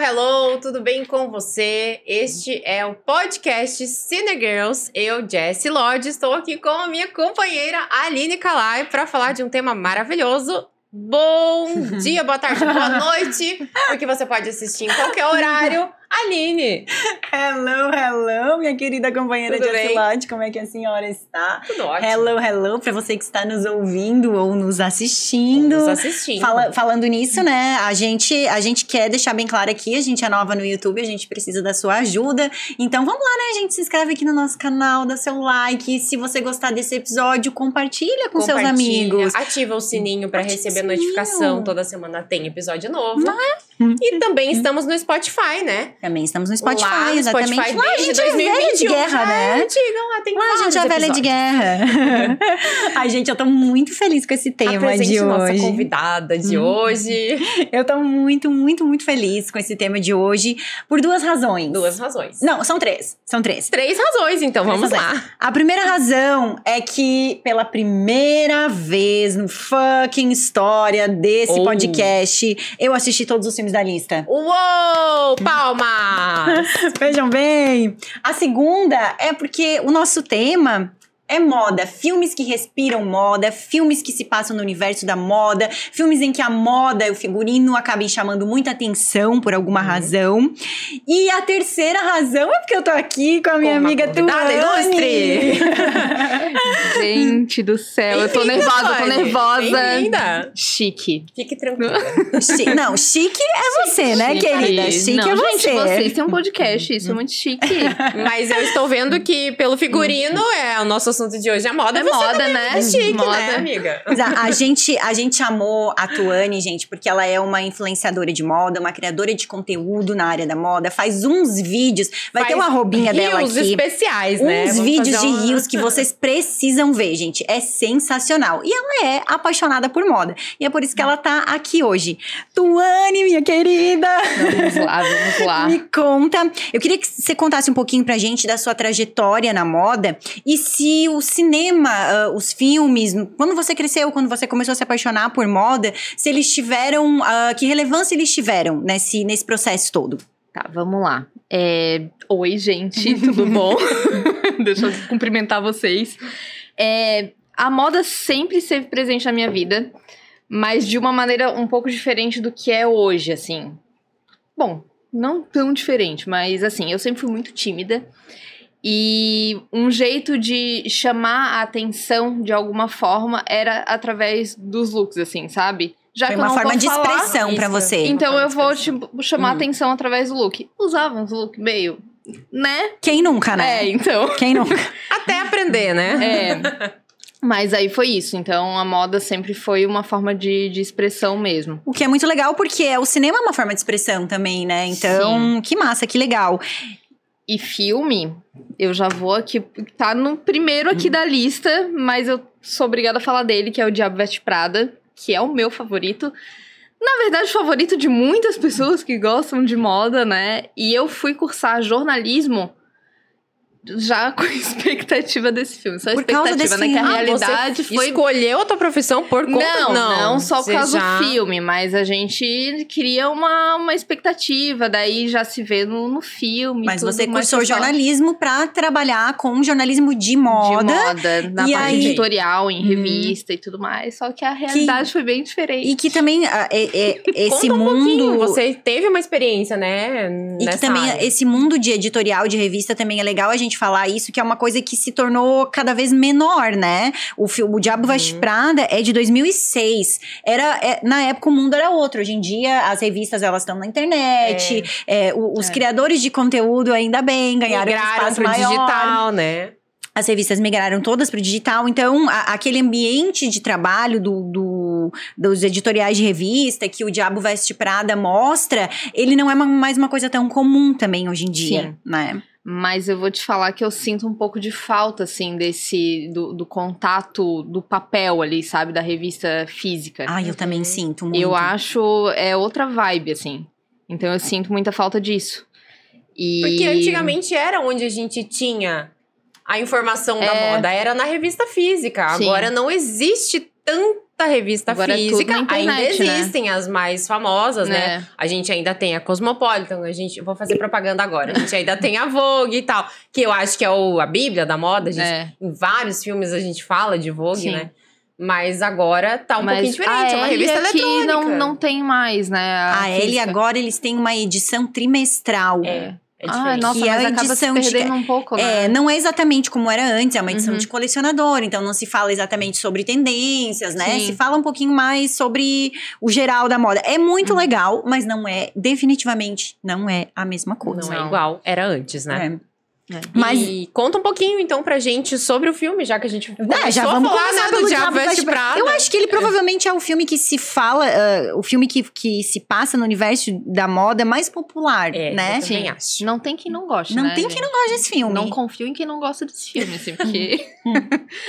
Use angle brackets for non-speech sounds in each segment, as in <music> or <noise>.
hello, tudo bem com você? Este é o podcast Cine Girls. Eu, Jessie Lodge, estou aqui com a minha companheira Aline Calai para falar de um tema maravilhoso. <laughs> Bom dia, boa tarde, boa noite, porque você pode assistir em qualquer horário. Aline, Hello, hello, minha querida companheira Tudo de bem? Acilote, como é que a senhora está? tudo ótimo. Hello, hello, pra você que está nos ouvindo ou nos assistindo. Nos assistindo. Fala- falando nisso, né? A gente, a gente quer deixar bem claro aqui, a gente é nova no YouTube, a gente precisa da sua ajuda. Então vamos lá, né, gente? Se inscreve aqui no nosso canal, dá seu like. Se você gostar desse episódio, compartilha com seus Compartilha, amigos. Ativa o sininho para Ativa o receber sininho. notificação. Toda semana tem episódio novo. Não é? E também estamos no Spotify, né? Também estamos no Spotify, lá no exatamente. Spotify lá a desde gente é velha de 2021. guerra, né? É, digam lá, tem Lá a vários gente é velha de episódios. guerra. <laughs> Ai, gente, eu tô muito feliz com esse tema Apresente de nossa hoje. convidada de Hum. hoje. Eu tô muito, muito, muito feliz com esse tema de hoje por duas razões. Duas razões. Não, são três. São três. Três razões, então, Três vamos razões. lá. A primeira razão é que pela primeira vez no fucking história desse Oh. podcast, eu assisti todos os filmes da lista. Uou! <laughs> Palmas! Vejam bem. A segunda é porque o nosso tema é moda, filmes que respiram moda, filmes que se passam no universo da moda, filmes em que a moda e o figurino acabem chamando muita atenção por alguma razão. E a terceira razão é porque eu tô aqui com a minha Com uma amiga convidada Tuane. ilustre. Gente do céu, eu tô Bem-vinda, nervosa, eu tô Fanny. nervosa. Bem-vinda. Chique. Fique tranquila. <laughs> Chi- Não, chique é você, né, Chique. querida? Chique Não, é gente, você. vocês têm um podcast, isso é muito chique. Mas eu estou vendo que, pelo figurino, Uhum. é o nosso assunto de hoje é moda. É Você moda, também né? É chique, moda. né, amiga? Mas a, a gente, a gente chamou a Tuane, gente, porque ela é uma influenciadora de moda, uma criadora de conteúdo na área da moda, faz uns vídeos, vai ter Faz uma roubinha dela Rios aqui. especiais, Uns né? Vamos vídeos fazer de uma- rios que vocês precisam ver, gente. É sensacional. E ela é apaixonada por moda. E é por isso que ela tá aqui hoje. Tuane, minha querida! Vamos lá, vamos lá. Me conta, eu queria que você contasse um pouquinho pra gente da sua trajetória na moda e se o cinema, ah, os filmes, quando você cresceu, quando você começou a se apaixonar por moda, se eles tiveram, ah, que relevância eles tiveram nesse, nesse processo todo. Tá, vamos lá. É, Oi, gente, <laughs> tudo bom? Deixa eu cumprimentar vocês. É, A moda sempre esteve presente na minha vida, mas de uma maneira um pouco diferente do que é hoje, assim. Bom, não tão diferente, mas assim, eu sempre fui muito tímida. E um jeito de chamar a atenção de alguma forma era através dos looks, assim, sabe? Já Foi que eu uma não forma vou de falar- expressão pra isso. você. então Uma eu vou expressão. tipo, chamar Hum. atenção através do look. Usava uns look meio, né? Quem nunca, né? <laughs> É, então. Quem nunca? Até aprender, né? É. Mas aí foi isso. Então a moda sempre foi uma forma de, de expressão mesmo. O que é muito legal porque o cinema é uma forma de expressão também, né? Então, que massa, que legal. E filme, eu já vou aqui. Tá no primeiro aqui da lista, mas eu sou obrigada a falar dele, que é o Diabo Veste Prada, que é o meu favorito. Na verdade, favorito de muitas pessoas que gostam de moda, né? E eu fui cursar jornalismo já <laughs> com expectativa desse filme. Só Por causa desse expectativa, né? Que a filme. Ah, você realidade foi Escolheu a tua profissão por conta? não, não, só por Você causa já- do filme, mas a gente cria uma, uma expectativa, daí já se vê no, no filme. Mas tudo você mais cursou pessoal. jornalismo pra trabalhar com jornalismo de de moda. moda, na E parte aí- editorial, em Hum. revista e tudo mais. Só que a realidade foi bem diferente. E que também ah, é- é- esse <laughs> Conta um pouquinho, mundo. Você teve uma experiência, né? E que também esse mundo de editorial, de revista, também é legal a gente falar isso, que é uma coisa que se tornou cada vez menor, né? O filme O Diabo Uhum. Veste Prada é de 2006. Era, é, na época o mundo era outro. Hoje em dia as revistas elas estão na internet, é, o- os É. criadores de conteúdo ainda bem ganharam um Migraram espaço pro maior. digital, né? As revistas migraram todas para o digital, então a- aquele ambiente de trabalho do, do- dos editoriais de revista que o Diabo Veste Prada mostra, ele não é ma- mais uma coisa tão comum também hoje em dia, Sim. né? Mas eu vou te falar que eu sinto um pouco de falta, assim, desse. do, do contato do papel ali, sabe? Da revista física. Ah, eu também sinto muito. Uhum. Eu acho. É outra vibe, assim. Então eu sinto muita falta disso. E... Porque antigamente era onde a gente tinha a informação da É. moda, era na revista física. Sim. Agora não existe tanta revista Agora é tudo física. na internet, ainda né? existem as mais famosas, né? né? A gente ainda tem a Cosmopolitan, a gente. eu Vou fazer propaganda agora. A gente ainda tem a Vogue e tal. Que eu acho que é o, a Bíblia da moda. A gente, É. Em vários filmes a gente fala de Vogue, Sim. né? Mas agora tá um pouquinho diferente. É uma a Ellie revista aqui eletrônica. não, não tem mais, né? A Ellie física. agora eles têm uma edição trimestral. É, é Ah, diferente. nossa, Que é mas a acaba se edição de- perdendo um pouco, né? É, não é exatamente como era antes, é uma edição Uhum. de colecionador, então não se fala exatamente sobre tendências, né? Sim. Se fala um pouquinho mais sobre o geral da moda. É muito Uhum. legal, mas não é, definitivamente, não é a mesma coisa. Não é Não. igual, era antes, né? É. Mas Mas- e conta um pouquinho então pra gente sobre o filme, já que a gente começou É, já a vamos falar começar né, pelo do Diabo Veste Prada. Eu acho que ele provavelmente é o filme que se fala, ah, o filme que, que se passa no universo da moda mais popular, É, né? eu também Sim. acho. Não tem quem não goste, Não né, tem quem não gosta desse filme. Não confio em quem não gosta desse filme, <laughs> assim, porque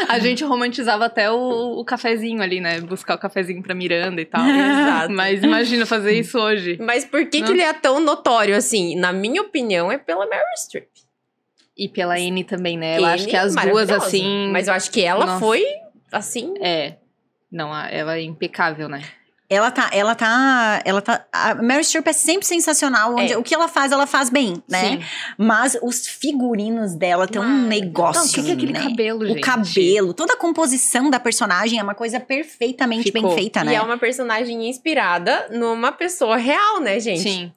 a gente romantizava até o, o cafezinho ali, né? Buscar o cafezinho pra Miranda e <laughs> tal. Exato. Mas imagina fazer isso hoje. Mas por que, que Não. ele é tão notório assim? Na minha opinião, é pela Meryl Streep. E pela Anne também, né? Eu acho Ele é que as duas, maravilhosa. assim. Mas eu acho que ela Nossa. foi assim. É. Não, a- ela é impecável, né? Ela tá, ela tá, ela tá. A Mary Streep é sempre sensacional. onde- É. O que ela faz, ela faz bem, né? Sim. Mas os figurinos dela tão Mano, um negócio. Não, o que, que é aquele né? cabelo, gente? O cabelo, toda a composição da personagem é uma coisa perfeitamente bem Ficou. feita, né? E é uma personagem inspirada numa pessoa real, né, gente? Sim,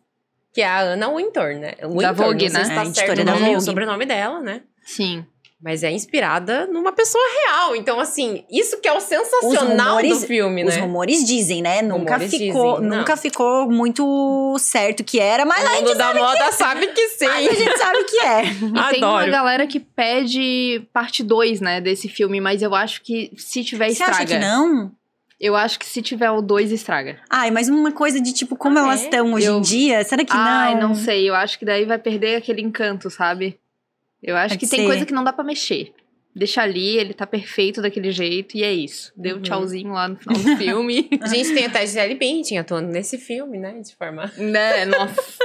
Que é a Anna Wintour, né? Wintour, Vogue, não sei né? se É, tá a certo editora o da nome, o Vogue. sobrenome dela, né? sim. Mas é inspirada numa pessoa real. Então, assim, isso que é o sensacional rumores- do filme, Os né? rumores dizem, né? Nunca Rumores ficou, dizem, não. nunca ficou muito certo que era, mas o a mundo gente, da moda sabe que sim. é <laughs> mas a gente sabe que é. E tem uma Adoro. galera que pede parte 2, né, desse filme, mas eu acho que se tiver Você estraga. acha que não? Eu acho que se tiver o 2 estraga. Ai, mas uma coisa de tipo, como Ah, elas é? estão hoje Eu- em dia? Será que Ai, não? Ah, não sei, eu acho que daí vai perder aquele encanto, sabe? Eu acho Pode que ser. tem coisa que não dá pra mexer. Deixa ali, ele tá perfeito daquele jeito e é isso. Deu Uhum. tchauzinho lá no final <laughs> do filme. A gente tem até Gisele Bündchen atuando nesse filme, né? De forma... né? Nossa.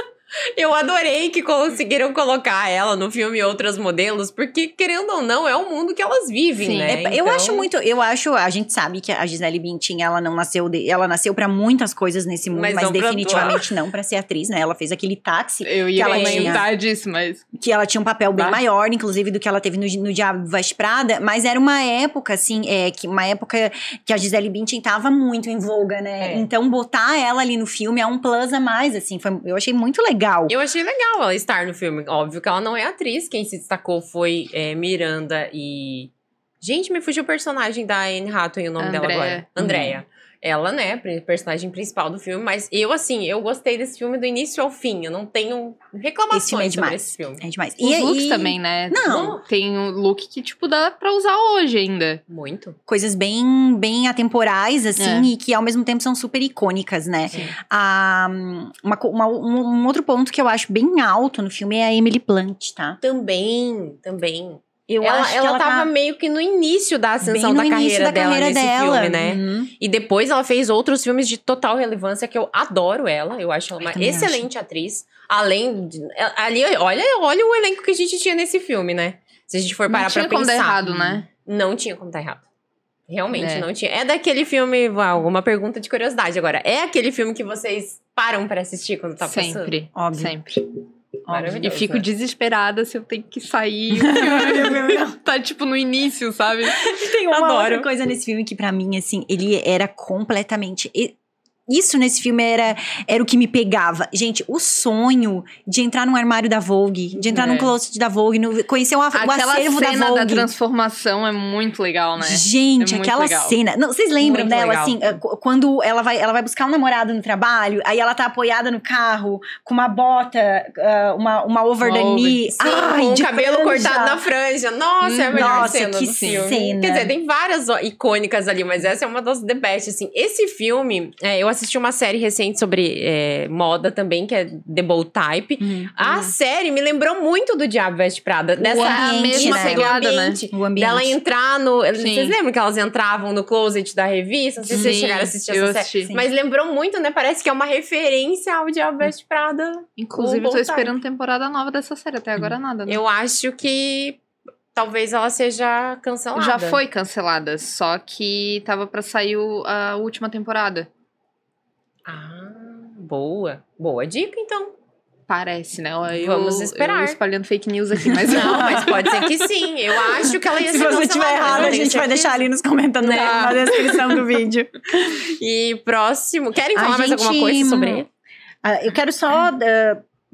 Eu adorei que conseguiram colocar ela no filme e outros modelos, porque, querendo ou não, é o mundo que elas vivem, Sim. né? É, eu Então- acho muito, eu acho, a gente sabe que a Gisele Bündchen, ela não nasceu, de- ela nasceu pra muitas coisas nesse mundo, Mas mas, não pra definitivamente não pra ser atriz, né? Ela fez aquele táxi Eu ia ela comentar disso, mas. que ela tinha um papel bem Tá. Bah. maior, inclusive do que ela teve no, no Diabo Vaz Prada, mas era uma época assim, é que uma época que a Gisele Bündchen tava muito em voga, né? É. Então botar ela ali no filme é um plus a mais assim, foi, eu achei muito legal. Eu achei legal ela estar no filme. Óbvio que ela não é atriz. Quem se destacou foi é, Miranda e. Gente, me fugiu o personagem da Anne Hathaway, o nome dela Andrea. agora. Andrea. Ela, né, pri- personagem principal do filme. Mas eu, assim, eu gostei desse filme do início ao fim. Eu não tenho reclamações Esse filme é sobre demais. esse filme. É demais. Os looks e também, né? Não. Tem um look que, tipo, dá pra usar hoje ainda. Muito. coisas bem bem atemporais assim É. e que ao mesmo tempo são super icônicas, né? Sim. Ah, uma co- uma- um, um outro ponto que eu acho bem alto no filme é a Emily Blunt, tá? Também, também. Eu ela acho ela, que ela tava tá meio que no início da bem ascensão no da início carreira da dela carreira nesse dela. filme, né? Uhum. E depois ela fez outros filmes de total relevância que eu adoro ela. Eu acho ela uma também excelente atriz. Além de, é, ali, olha, olha o elenco que a gente tinha nesse filme, né? Se a gente for parar não tinha pra como pensar, dar errado, né? não tinha como tá errado. Realmente É. não tinha. É daquele filme, uau, uma pergunta de curiosidade agora. É aquele filme que vocês param pra assistir quando tá passando? sempre. Óbvio. Sempre. Hum, E Maravilhoso, fico né? desesperada se eu tenho <laughs> que sair. tá, tipo, no início, sabe? Tem uma Adoro. outra coisa nesse filme que pra mim assim, ele era completamente e- isso nesse filme era, era o que me pegava. Gente, o sonho de entrar num armário da Vogue, de entrar É. num closet da Vogue, no- conhecer o, a- o Aquela acervo da cena Vogue. da, transformação é muito <laughs> legal, né? Gente, É muito aquela legal. cena. Não, vocês lembram Muito dela, legal. assim, eh, qu- quando ela vai, ela vai buscar um namorado no trabalho, aí ela tá apoiada no carro, com uma bota, ah, uma, uma over the Uma over. knee. Sim, com o cabelo cortado na franja. Nossa, é a melhor Nossa, cena que do filme. cena. Quer dizer, tem várias ó, icônicas ali, mas essa é uma das the best, assim. Esse filme, é, eu assisti uma série recente sobre é, moda também, que é The Bowl Type. Uhum. A série me lembrou muito do Diabo Veste Prada. Dessa ambiente, é mesma né? pegada, né? ambiente, O ambiente. Dela entrar no. Sim. Vocês lembram que elas entravam no closet da revista? Não sei se vocês Sim, chegaram a assistir eu essa série. assisti. Mas lembrou muito, né? Parece que é uma referência ao Uhum. Diabo Veste Prada. Inclusive, Ou tô voltar. Hum. esperando temporada nova dessa série. Até agora nada, né? Eu acho que talvez ela seja cancelada. Já foi cancelada, só que tava pra sair o- a última temporada. Ah, boa. Boa dica, então. Parece, né? Ó, Eu, Vamos esperar. Eu espalhando fake news aqui, <laughs> mas Não, mas pode ser que sim. Eu acho que ela ia Se ser cancelada. você tiver errado, eu a tenho gente vai certeza. deixar ali nos comentários Né? na descrição <laughs> do vídeo. E próximo. Querem A falar mais alguma gente- coisa sobre ele? Ah, eu quero só. ah,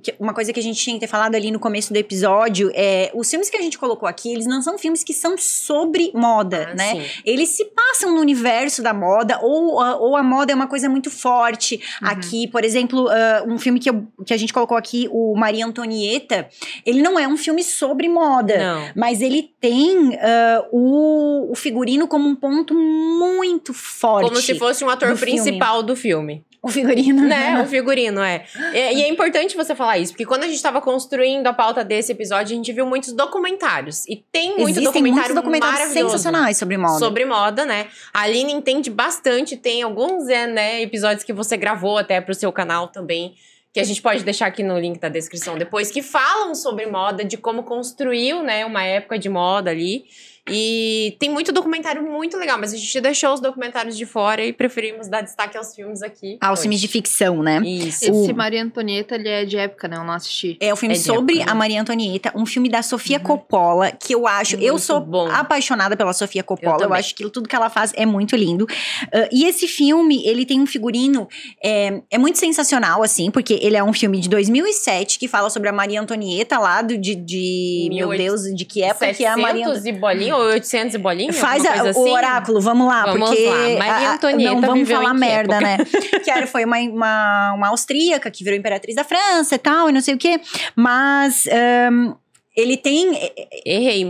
que- uma coisa que a gente tinha que ter falado ali no começo do episódio é os filmes que a gente colocou aqui, eles não são filmes que são sobre moda, né? Sim. Eles se passam no universo da moda, ou, a- ou a moda é uma coisa muito forte. Uhum. Aqui, por exemplo, ah, um filme que, eu- que a gente colocou aqui, o Maria Antonieta, ele não é um filme sobre moda. Não. Mas ele tem ah, o, o figurino como um ponto muito forte. Como se fosse um ator do filme. Uhum. principal do filme. O figurino, né? O figurino, é. E, e é importante você falar isso, porque quando a gente tava construindo a pauta desse episódio, a gente viu muitos documentários. E tem muito Existem documentário muitos documentários maravilhoso sensacionais sobre moda. Sobre moda, né? A Aline entende bastante, tem alguns é, né, episódios que você gravou até pro seu canal também, que a gente pode deixar aqui no link da descrição depois, que falam sobre moda, de como construiu, né, uma época de moda ali. E tem muito documentário muito legal, mas a gente deixou os documentários de fora e preferimos dar destaque aos filmes aqui. Ah, os hoje. filmes de ficção, né? Isso. Esse O- Maria Antonieta, ele é de época, né? Eu não assisti. É um filme É de sobre época, né? a Maria Antonieta, um filme da Sofia Coppola, que eu acho. eu Uhum. Muito sou bom. apaixonada pela Sofia Coppola. Eu, também. acho que tudo que ela faz é muito lindo. Ah, e esse filme, ele tem um figurino. É, é muito sensacional, assim, porque ele é um filme de 2007 que fala sobre a Maria Antonieta lá do, de. de- meu 1800 Deus, de que época que é a Maria Antonieta. 700 e bolinha, ou 800 e bolinha? Faz alguma a- coisa o assim? oráculo, vamos lá, Vamos porque lá, Maria a- a- Antonieta não vamos viveu falar em que merda, né? <laughs> que era, foi uma, uma, uma austríaca que virou imperatriz da França e tal, e não sei o quê. Mas ahn, ele tem é, Errei,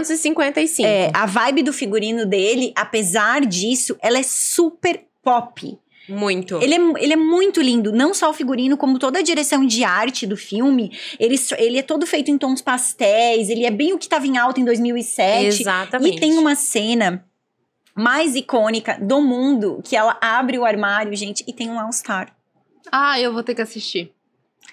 1755. é, a vibe do figurino dele, apesar disso, ela é super pop. Muito. Ele é, ele é muito lindo, não só o figurino, como toda a direção de arte do filme. Ele, so- ele é todo feito em tons pastéis, ele é bem o que estava em alta em 2007. Exatamente. E tem uma cena mais icônica do mundo, que ela abre o armário, gente, e tem um All-Star. Ah, eu vou ter que assistir.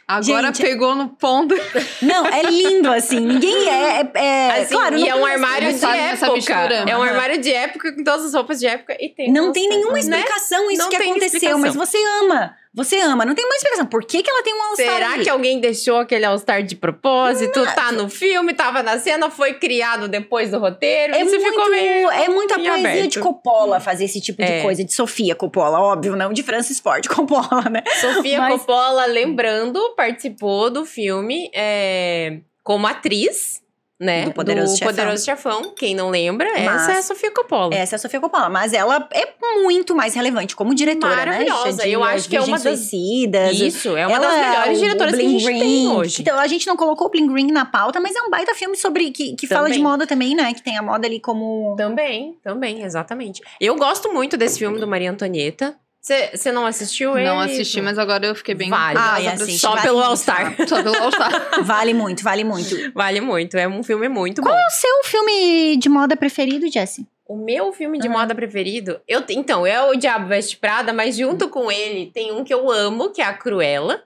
Agora Gente, é pegou no ponto. Não, é lindo, assim. Ninguém é... é- é- Assim, claro, e não, é um armário de sabe essa época. mistura. É um Aham. armário de época com todas as roupas de época e tem. não tem nenhuma né? explicação isso Não que tem aconteceu. explicação. Mas você ama. Você ama. Não tem uma explicação. Por que, que ela tem um All-Star Será ali? que alguém deixou aquele All-Star de propósito? é Tá no filme, tava na cena, foi criado depois do roteiro. É isso muito, ficou <laughs> meio. é muito a meio poesia aberto. de Coppola fazer esse tipo É. de coisa, de Sofia Coppola, óbvio, não de Francis Ford Coppola, né? Sofia Mas- Coppola, lembrando, participou do filme é, como atriz, né? Do Poderoso Chefão. Poderoso Chefão, Quem não lembra, Mas- essa é a Sofia Coppola. Essa é a Sofia Coppola, mas ela é muito mais relevante como diretora, né? Maravilhosa. Xandinha, Eu acho que é uma Virgens das- Suicidas, Isso, é uma Ela das é melhores o diretoras que a Bling gente Ring. tem hoje. Então, a gente não colocou o Bling Ring na pauta, mas é um baita filme sobre que, que fala Também. de moda também, né? Que tem a moda ali como. Também, também, exatamente. Eu gosto muito desse filme do Maria Antonieta. Você não assistiu ele? Não assisti, mas agora eu fiquei bem... Vale. Ah, curiosa Ai, pra assiste. Só vale pelo muito. All-Star. <laughs> Só pelo All-Star. Vale muito, vale muito. Vale muito, é um filme muito bom. Qual é o seu filme de moda preferido, Jessie? O meu filme de Ah. Uhum. moda preferido, eu te- então, é o Diabo Veste Prada, mas junto com ele tem um que eu amo, que é a Cruella.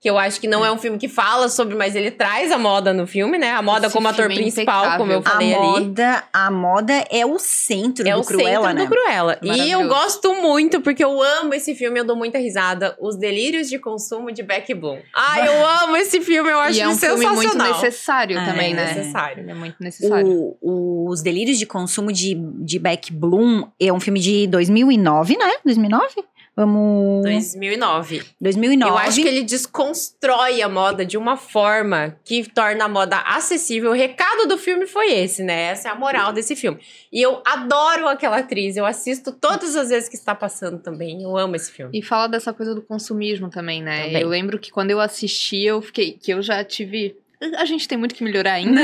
Que eu acho que não é um filme que fala sobre, mas ele traz a moda no filme, né? A moda Esse como ator filme é principal, como eu impecável. falei a ali. moda, a moda é o centro É do o Cruella, centro né? do Cruella. E eu Maravilhoso. gosto muito, porque eu amo esse filme, eu dou muita risada. Os Delírios de Consumo de Beck Bloom. Ai, <laughs> eu amo esse filme, eu acho E é um filme sensacional. muito necessário É, também, né? necessário. Ele é muito necessário. O- o- os Delírios de Consumo de, de Beck Bloom é um filme de 2009, né? 2009? Vamos. 2009. 2009. Eu acho que ele desconstrói a moda de uma forma que torna a moda acessível. O recado do filme foi esse, né? Essa é a moral desse filme. E eu adoro aquela atriz, eu assisto todas as vezes que está passando também. Eu amo esse filme. E fala dessa coisa do consumismo também, né? Também. Eu lembro que quando eu assisti, eu fiquei. que eu já tive. A gente tem muito que melhorar ainda,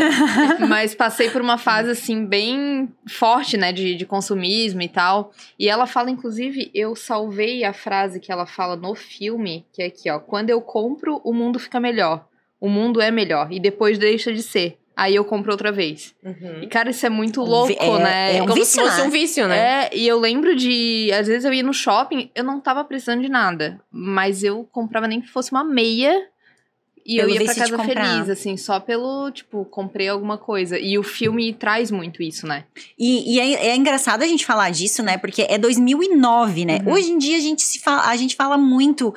mas passei por uma fase, assim, bem forte, né, de, de consumismo e tal. E ela fala, inclusive, eu salvei a frase que ela fala no filme, que é aqui, ó. Quando eu compro, o mundo fica melhor. O mundo é melhor. E depois deixa de ser. Aí eu compro outra vez. E, cara, isso é muito louco, É- né? é um Uhum. Como se vício, fosse né? um vício, né? É, e eu lembro de. Às vezes eu ia no shopping, eu não tava precisando de nada. Mas eu comprava nem que fosse uma meia. E eu Pelo ia pra decidi casa comprar. feliz, assim, só pelo, tipo, comprei alguma coisa. E o filme traz muito isso, né? E, e é, é engraçado a gente falar disso, né? Porque é 2009, né? Uhum. Hoje em dia a gente, se fala, a gente fala muito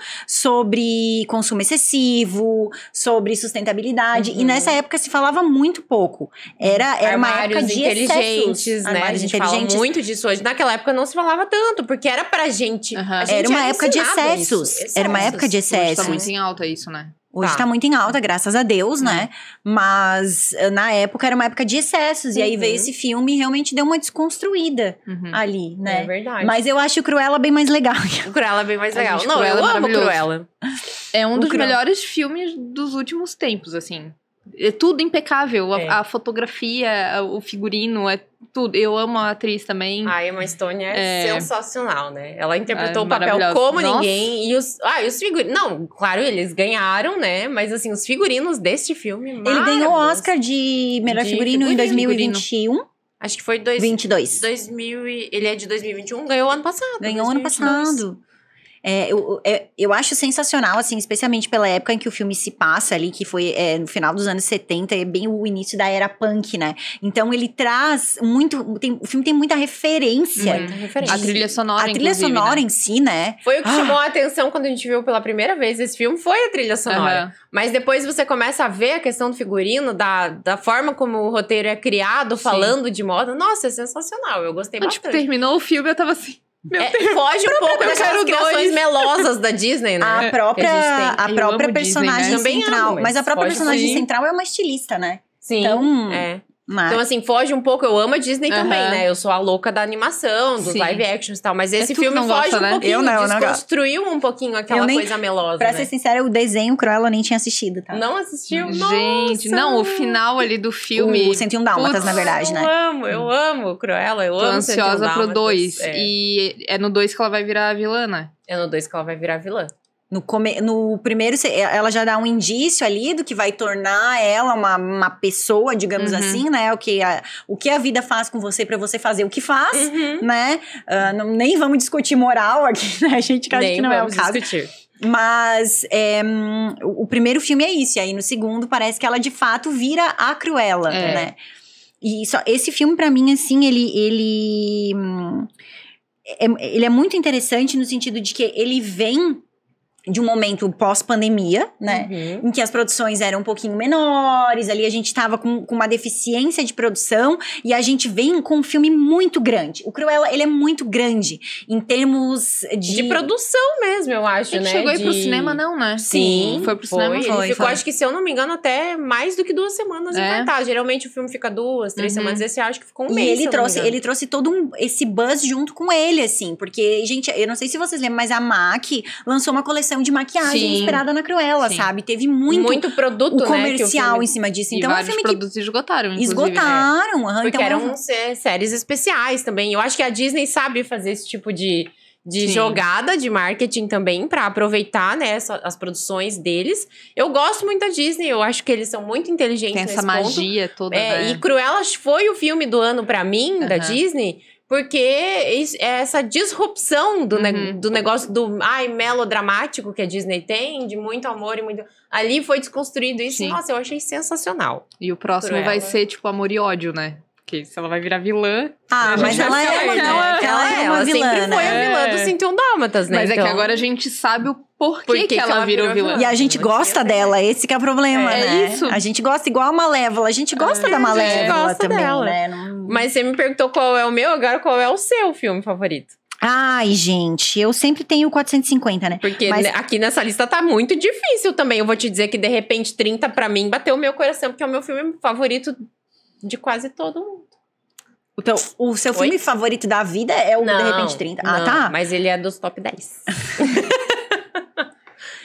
sobre consumo excessivo, sobre sustentabilidade. Uhum. E nessa época se falava muito pouco. Era, era uma armários época de inteligentes, excessos. né? Armários a gente fala muito disso hoje. Naquela época não se falava tanto, porque era pra gente. Aham. a gente Era uma época de ensinado excessos. isso, Era uma época de excessos. Hoje tá excessos. muito em alta isso, né? Hoje Tá. tá. muito em alta, graças a Deus, né? Mas eh, na época era uma época de excessos. E aí Uhum. veio esse filme e realmente deu uma desconstruída Uhum. ali, É né? verdade. Mas eu acho o Cruella bem mais legal. o <laughs> Cruella é bem mais A legal. gente, não, Cruella eu é amo maravilhoso. Cruella. É um dos Lucrão. melhores filmes dos últimos tempos, assim. É tudo impecável. A, É. a fotografia, a- o figurino, é tudo. Eu amo a atriz Hum. também. A Emma Stone é, É. sensacional, né? Ela interpretou É Ah, o papel maravilhosa. como Nossa. ninguém. E os, ah, e os figurinos. Não, claro, eles ganharam, né? Mas assim, os figurinos deste filme. Ele ganhou o maravilhoso. Oscar de melhor De figurino, em figurino, 2021. Acho que foi dois, 22. 2000 e- ele é de 2021, ganhou ano passado. Ganhou ano 2022. passado. É, eu, é, eu acho sensacional, assim, especialmente pela época em que o filme se passa ali, que foi é, no final dos anos 70, é bem o início da era punk, né? Então ele traz muito. tem- o filme tem muita referência. Uhum. Muita referência. A trilha sonora, a trilha inclusive, sonora né? em si, né? Foi Ah. o que chamou a atenção quando a gente viu pela primeira vez esse filme, foi a trilha sonora. Aham. Mas depois você começa a ver a questão do figurino, da, da forma como o roteiro é criado, Sim. falando de moda. Nossa, é sensacional, eu gostei Não, tipo, bastante. terminou o filme, eu tava assim. É, foge um pouco dessas quero criações dois. Ah, melosas da Disney, né? A própria, que a gente tem. a Eu própria amo Disney, né? personagem Também amo, central. mas mas, a própria pode personagem sim. central é uma estilista, né? Sim. Então, é. uma- Então, assim, foge um pouco. Eu amo a Disney também, hum. Aham. né? Eu sou a louca da animação, dos Sim. live actions e tal. Mas esse tu que filme não foge gosta, um né? pouquinho. Eu não, eu não gosto. Desconstruiu um pouquinho aquela Eu nem- coisa melosa, pra né? ser sincera, o desenho Cruella eu nem tinha assistido, tá? Não assistiu? Nossa! Gente, não, o final ali do filme. O 101 Dálmatas, Putz, na verdade, Ah, eu né? amo, eu amo Cruella, eu Hum. Tô amo ansiosa 101 pro Dálmatas. dois É. E é no dois que ela vai virar a vilã, né? É no 2 que ela vai virar vilã. No, come- no primeiro, cê- ela já dá um indício ali do que vai tornar ela uma, uma pessoa, digamos Uhum. assim, né? O que, a, o que a vida faz com você pra você fazer o que faz, Uhum. né? Ah, não- nem vamos discutir moral aqui, <laughs> né, gente? Que eu acho Nem que não é o vamos caso. discutir. Mas é, hum, o o primeiro filme é isso, e aí no segundo parece que ela de fato vira a Cruella, É. né? E só, esse filme, pra mim, assim, ele. Ele, hum, é, ele é muito interessante no sentido de que ele vem de um momento pós-pandemia, né? Uhum. Em que as produções eram um pouquinho menores, ali a gente tava com, com uma deficiência de produção e a gente vem com um filme muito grande. O Cruella, ele é muito grande em termos de. De... produção mesmo, eu acho, Ele né? chegou aí pro De- cinema, não, né? Sim, Foi pro Foi, cinema, ele foi, ficou, foi. acho que, se eu não me engano, até mais do que duas semanas em É. cartaz. Geralmente o filme fica duas, três Uhum. semanas. Esse eu acho que ficou um E mês. se ele eu não me trouxe, engano. ele trouxe todo um, esse buzz junto com ele, assim. Porque, gente, eu não sei se vocês lembram, mas a MAC lançou uma coleção de maquiagem Sim. inspirada na Cruella, Sim. sabe? Teve muito, produto, o né, que comercial filme- em cima disso. E Então, é um vários filme que produtos esgotaram, inclusive. né? esgotaram. aham, Porque então, é um- eram sé- séries especiais também. Eu acho que a Disney sabe fazer esse tipo de, de Sim. jogada de marketing também pra aproveitar né, essa- as produções deles. Eu gosto muito da Disney, eu acho que eles são muito inteligentes Tem essa nesse ponto. magia toda, É, né? E Cruella foi o filme do ano pra mim, da Aham. Disney, porque is- é essa disrupção do, ne- Uhum. do negócio do ai, melodramático que a Disney tem, de muito amor e muito. Ali foi desconstruído isso. Sim. Nossa, eu achei sensacional. E o próximo Cruella. vai ser, tipo, amor e ódio, né? Porque se ela vai virar vilã. Ah, a mas gente ela vai é, saber, né? ela- Ela é uma vilã, sempre foi né? a vilã É. do 101 Dálmatas, né? mas é então, que agora a gente sabe o porquê Por que que, que ela, ela virou virou vilã. vilã. E a gente Não gosta tinha ideia. dela, esse que é o problema, É, né? isso. A gente gosta igual a Malévola, a gente gosta da Malévola gosta também, dela. né? Não- Mas você me perguntou qual é o meu, agora qual é o seu filme favorito? Ai, gente, eu sempre tenho o 450, né? Porque Mas- ne- aqui nessa lista tá muito difícil também. Eu vou te dizer que de repente 30 pra mim bateu o meu coração, porque é o meu filme favorito de quase todo mundo. Então, o seu filme favorito da vida é o De Repente 30. Ah, não, tá. Mas ele é dos top <laughs> 10.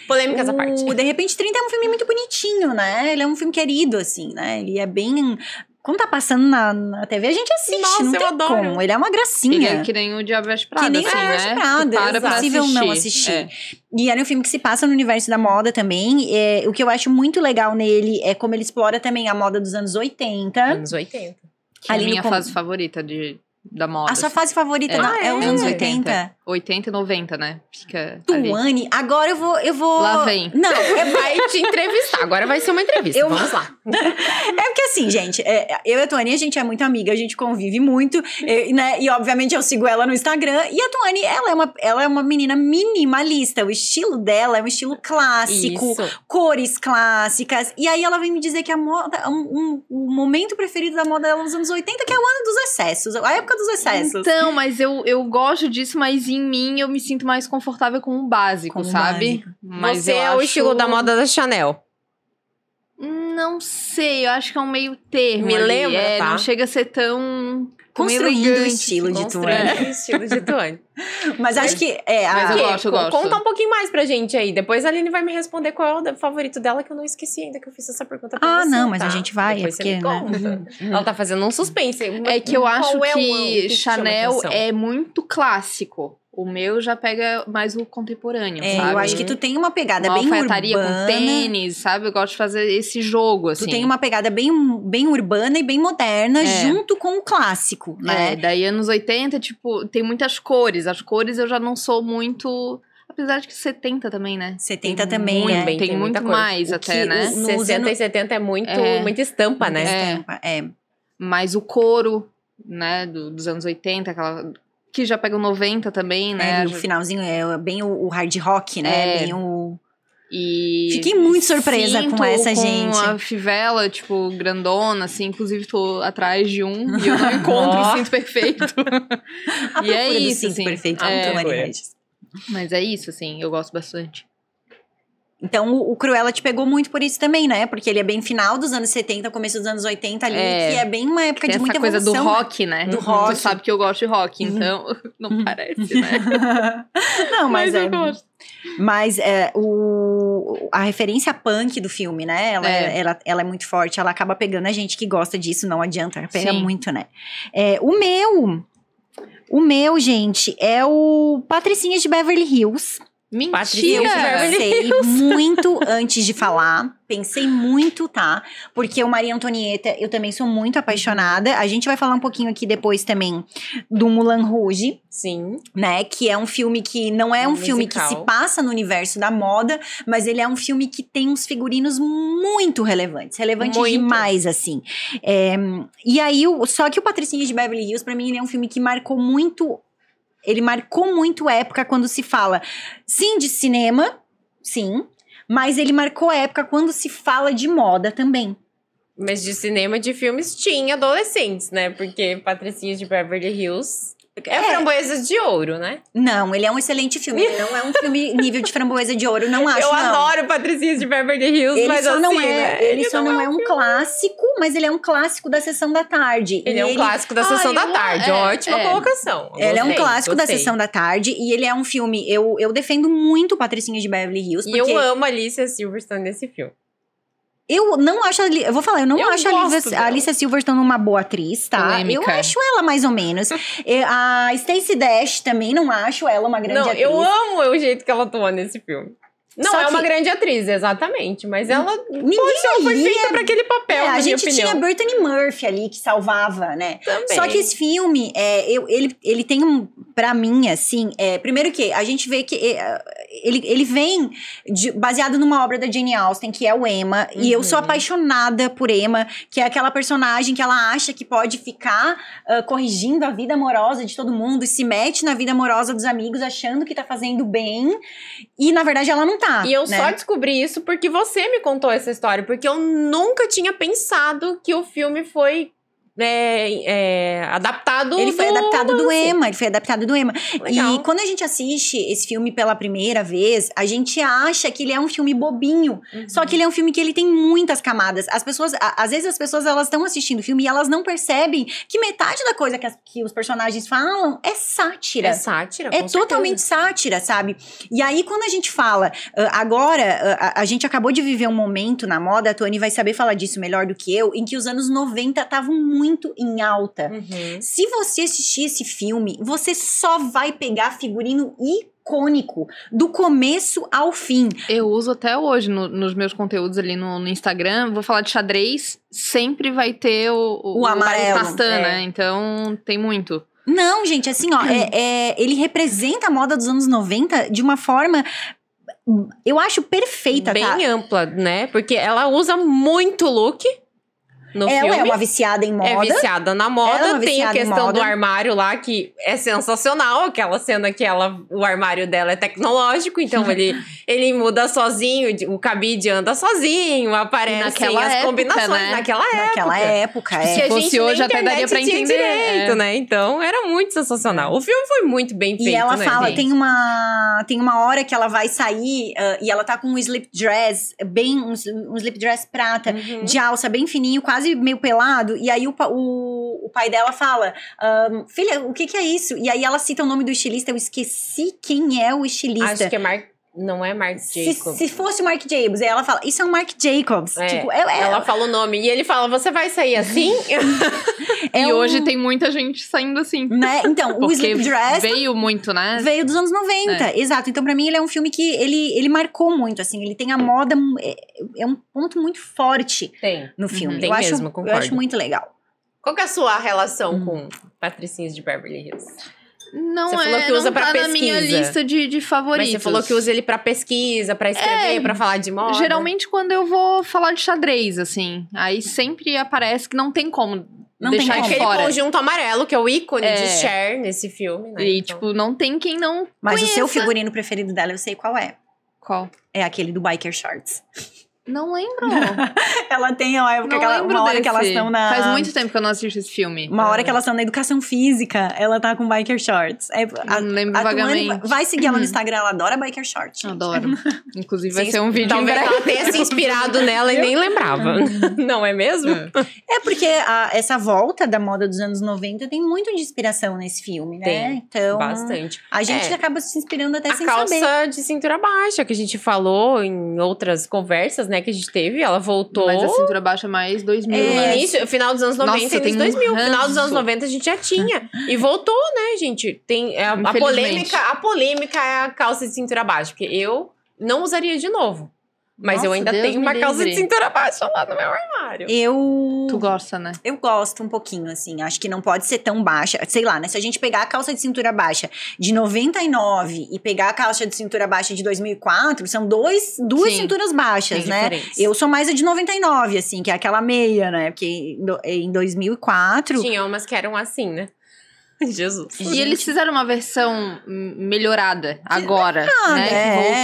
Polêmica essa parte. O De Repente 30 é um filme muito bonitinho, né? Ele é um filme querido, assim, né? Ele é bem. Quando tá passando na, na TV, a gente assiste. Nossa, não eu tem adoro. como. Ele é uma Ele gracinha. é que nem o Diabo Veste Prada, Que nem o assim, Diabo Veste né? Prada, Tu para pra impossível não assistir. assistir. E era um filme que se passa no universo da moda também. É, o que eu acho muito legal nele é como ele explora também a moda dos anos 80. Anos 80. Que é a Ali no minha com- fase favorita de da moda. A sua fase favorita É. da- Ah, é, os é? anos 80? 80 e 90, né? Fica. ali. <laughs> Tuane, agora eu vou, eu vou... Lá vem. Não, é Vai te entrevistar. Agora vai ser uma entrevista. Eu- Vamos lá. <laughs> É porque assim, gente, é, eu e a Tuane, a gente é muito amiga, a gente convive muito, e, né? E obviamente eu sigo ela no Instagram. E a Tuane, ela é uma, ela é uma menina minimalista. O estilo dela é um estilo clássico, Isso. cores clássicas. E aí ela vem me dizer que a moda, um, um- o momento preferido da moda dela nos anos 80, que é o ano dos excessos, a época dos excessos. Então, mas eu, eu gosto disso, mas em mim eu me sinto mais confortável com o básico, Com o sabe? Mas Você eu é o acho- estilo da moda da Chanel. Não sei, eu acho que é um meio termo. Me ali. lembra, é, tá? não chega a ser tão. tão Construindo o elegante. estilo de Tuane. Construindo o estilo de Tuane. Mas acho que. É, a- Mas eu Aqui, gosto, eu con- gosto. Conta um pouquinho mais pra gente aí. Depois a Aline vai me responder qual é o da- favorito dela, que eu não esqueci ainda que eu fiz essa pergunta pra Ah, você, não, mas tá? a gente vai, Depois é você porque, me né? conta. Ela tá fazendo um suspense. Uhum. É que eu Qual acho é o- que, o te chama Chanel atenção? é muito clássico. O meu já pega mais o contemporâneo, é, sabe? eu acho que tu tem uma pegada uma bem alfaiataria urbana. com tênis, sabe? Eu gosto de fazer esse jogo, Tu assim. tem uma pegada bem, bem urbana e bem moderna, É. junto com o clássico, É, né? daí anos 80, tipo, tem muitas cores. As cores eu já não sou muito... Apesar de que 70 também, né? 70 Tem também, muito né? bem, tem muita muito coisa. mais O até, que né? os Nos 60 e anos- 70 é muito, É. muita estampa, né? É. Estampa, é. Mas o couro, né? do- dos anos 80, aquela... Que já pega o 90 também, É, né? e o finalzinho é bem o, o hard rock, né? É. Bem o... E Fiquei muito surpresa cinto com essa, gente. a fivela, tipo, grandona, assim. Inclusive, tô atrás de um <laughs> e eu não encontro Ó. o cinto perfeito. <laughs> A E é procura do isso, cinto assim. perfeito. É. muito Mari Procura. Regis. Mas é isso, assim, eu gosto bastante. Então, o, o Cruella te pegou muito por isso também, né? Porque ele é bem final dos anos 70, começo dos anos 80 ali, É. que é bem uma época Tem de essa muita coisa do evolução. rock, né? Do Tu rock. Uhum. sabe que eu gosto de rock, então <laughs> não <laughs> parece, né? Não, mas, eu é, gosto. Mas é, o, a referência punk do filme, né? Ela é. É. Ela, ela é muito forte, ela acaba pegando a gente que gosta disso, não adianta, ela pega Sim. muito, né? É, o meu. O meu, gente, é o Patricinhas de Beverly Hills. Patricinha eu de Beverly Mentira! pensei muito antes de falar. Pensei muito, tá? Porque o Maria Antonieta, eu também sou muito apaixonada. A gente vai falar um pouquinho aqui depois também do Mulan Rouge Sim. né? Que é um filme que não é Um um filme que se musical. passa no universo da moda, mas ele é um filme que tem uns figurinos muito relevantes, relevantes Muito. demais, assim. É, e aí, o- só que o Patricinha de Beverly Hills, pra mim, ele é um filme que marcou muito. Ele marcou muito época quando se fala, sim, de cinema, sim, mas ele marcou época quando se fala de moda também. Mas de cinema e de filmes tinha adolescentes, né? Porque Patricinha de Beverly Hills é, É. framboesa de ouro, né? Não, ele é um excelente filme. Ele não é <laughs> um filme nível de framboesa de ouro, não acho. eu não. adoro Patricinha de Beverly Hills, Ele mas só assim, não é, né? ele, só não é um clássico, mas ele é um clássico da sessão da tarde. Ele E é um clássico da Ah, sessão da eu- tarde. é, Ótima é. colocação. Ele é um Gostei, clássico da gostei. sessão da tarde e ele é um filme. Eu, eu defendo muito Patricinha de Beverly Hills. E Porque eu amo a Alicia Silverstone nesse filme. eu não acho. a Ali- Eu vou falar, eu não Eu acho a gosto Alicia, dela. a Alicia Silverstone uma boa atriz, tá? Polêmica. Eu acho ela mais ou menos. E a Stacey Dash também não acho ela uma grande não, atriz. eu amo o jeito que ela atua nesse filme. Não Só é uma que- grande atriz, exatamente, mas ela Ninguém foi ali feita pra aquele papel, É, na a minha gente tinha opinião. Burton Murphy ali que salvava, né? Também. Só que esse filme, é, eu- ele, ele tem um. Pra mim, assim. é, primeiro que a gente vê que. é, ele, ele vem de- baseado numa obra da Jane Austen, que é o Emma. E eu sou Uhum. apaixonada por Emma, que é aquela personagem que ela acha que pode ficar ah, corrigindo a vida amorosa de todo mundo e se mete na vida amorosa dos amigos, achando que tá fazendo bem. E na verdade ela não tá. E eu né? só descobri isso porque você me contou essa história, porque eu nunca tinha pensado que o filme foi é, é, adaptado. Ele foi do- adaptado do Emma, ele foi adaptado do Emma. Legal. E quando a gente assiste esse filme pela primeira vez, a gente acha que ele é um filme bobinho. Uhum. Só que ele é um filme que ele tem muitas camadas. As pessoas, a- às vezes as pessoas elas estão assistindo o filme e elas não percebem que metade da coisa que, as- que os personagens falam é sátira. é sátira. É com totalmente sátira, sabe? E aí, quando a gente fala, ah, agora, ah, a, a gente acabou de viver um momento na moda, a Tony vai saber falar disso melhor do que eu, em que os anos 90 estavam muito em alta. certeza. Uhum. Se você assistir esse filme, você só vai pegar figurino icônico do começo ao fim. Eu uso até hoje no- nos meus conteúdos ali no, no Instagram. Vou falar de xadrez, sempre vai ter o, O amarelo, Pastana, é. né? Então tem muito. Não, gente, assim, ó, é- é- ele representa a moda dos anos 90 de uma forma, eu acho, perfeita, Bem tá? ampla, né? Porque ela usa muito look no Ela filme. é uma viciada em moda. É viciada na moda, Ela é uma tem a viciada em questão do moda. armário lá, que é sensacional, aquela cena que ela, o armário dela é tecnológico, então <laughs> ele, ele muda sozinho, de- o cabide anda sozinho, É aparecem naquela as época, combinações né? naquela época. Naquela época, é. Se a fosse gente na hoje, até internet daria pra tinha entender, Direito, é. né? Então, era muito sensacional. O filme foi muito bem feito, É. E ela né, fala, gente? tem uma, tem uma hora que ela vai sair ah, e ela tá com um slip dress, bem um, s- um slip dress prata, Uhum. de alça bem fininho, quase meio pelado. E aí o, pa- o, o pai dela fala, "Ahn, filha, o que que é isso? E aí ela cita o nome do estilista, eu esqueci quem é o estilista. Acho que é Mark... Não é Mark se, Jacob. se fosse o Mark Jacobs, aí ela fala, isso é um Mark Jacobs. É, tipo, é, é, Ela fala o nome. E ele fala, você vai sair <laughs> assim? é e um- hoje tem muita gente saindo assim. <laughs> né? Então, o Porque slip dress veio muito, né? Veio dos anos 90, exato. Então, pra mim, ele é um filme que ele, ele marcou muito, assim. Ele tem a moda... É, é um ponto muito forte tem. no filme. Uhum. tem eu, mesmo, acho, eu concordo. acho muito legal. Qual que é a sua relação Hum. com Patricinhas de Beverly Hills? Não Você é, falou que não usa pra tá na minha pesquisa. lista de, de favoritos. É, Mas você falou que usa ele pra pesquisa, pra escrever, pra falar de moda. Geralmente quando eu vou falar de xadrez, assim, aí sempre aparece que não tem como Não tem deixar É como. de aquele fora. conjunto amarelo, que é o ícone É. de Cher nesse filme, né? E, Então, tipo, não tem quem não. Mas o seu Conheça. figurino preferido dela, eu sei qual é. Qual? É aquele do Biker Shorts. <laughs> Não lembro. <laughs> Ela tem uma época, não que ela, lembro uma hora que desse. elas estão na... Faz muito tempo que eu não assisto esse filme. Uma hora que elas estão na educação física, ela tá com biker shorts. É, a, Não lembro a Tuane vagamente. Uhum. vai- vai seguir ela no Instagram, ela adora biker shorts. gente. <laughs> Adoro. Inclusive vai Sim, ser um vídeo em Talvez breve. Uhum. ela tenha se inspirado nela e nem lembrava. <laughs> Não é mesmo? É porque a- essa volta da moda dos anos 90 tem muito de inspiração nesse filme, né? Tem, então, Bastante. a gente É. acaba se inspirando até a sem calça saber. de cintura baixa, que a gente falou em outras conversas, né, que a gente teve, ela voltou. Mas é a cintura baixa mais 2000, É, No né? É, início, final dos anos 90 Nossa, e início tem dos um 2000. Final dos ranço. anos 90 a gente já tinha. E voltou, né, gente? Tem, é, a, a Infelizmente. polêmica, a polêmica é a calça de cintura baixa, porque eu não usaria de novo. Mas eu Nossa, ainda Deus tenho me uma calça de livre. cintura baixa lá no meu armário. Eu. Tu gosta, né? Eu gosto um pouquinho, assim. Acho que não pode ser tão baixa. Sei lá, né? Se a gente pegar a calça de cintura baixa de 99 e pegar a calça de cintura baixa de 2004, são dois, duas Sim. cinturas baixas, Tem né? diferença. Eu sou mais a de 99, assim, que é aquela meia, né? Porque em do- em 2004. Tinha umas que eram assim, né? <laughs> Jesus. E eles fizeram uma versão hum, melhorada agora, Ah, né? né?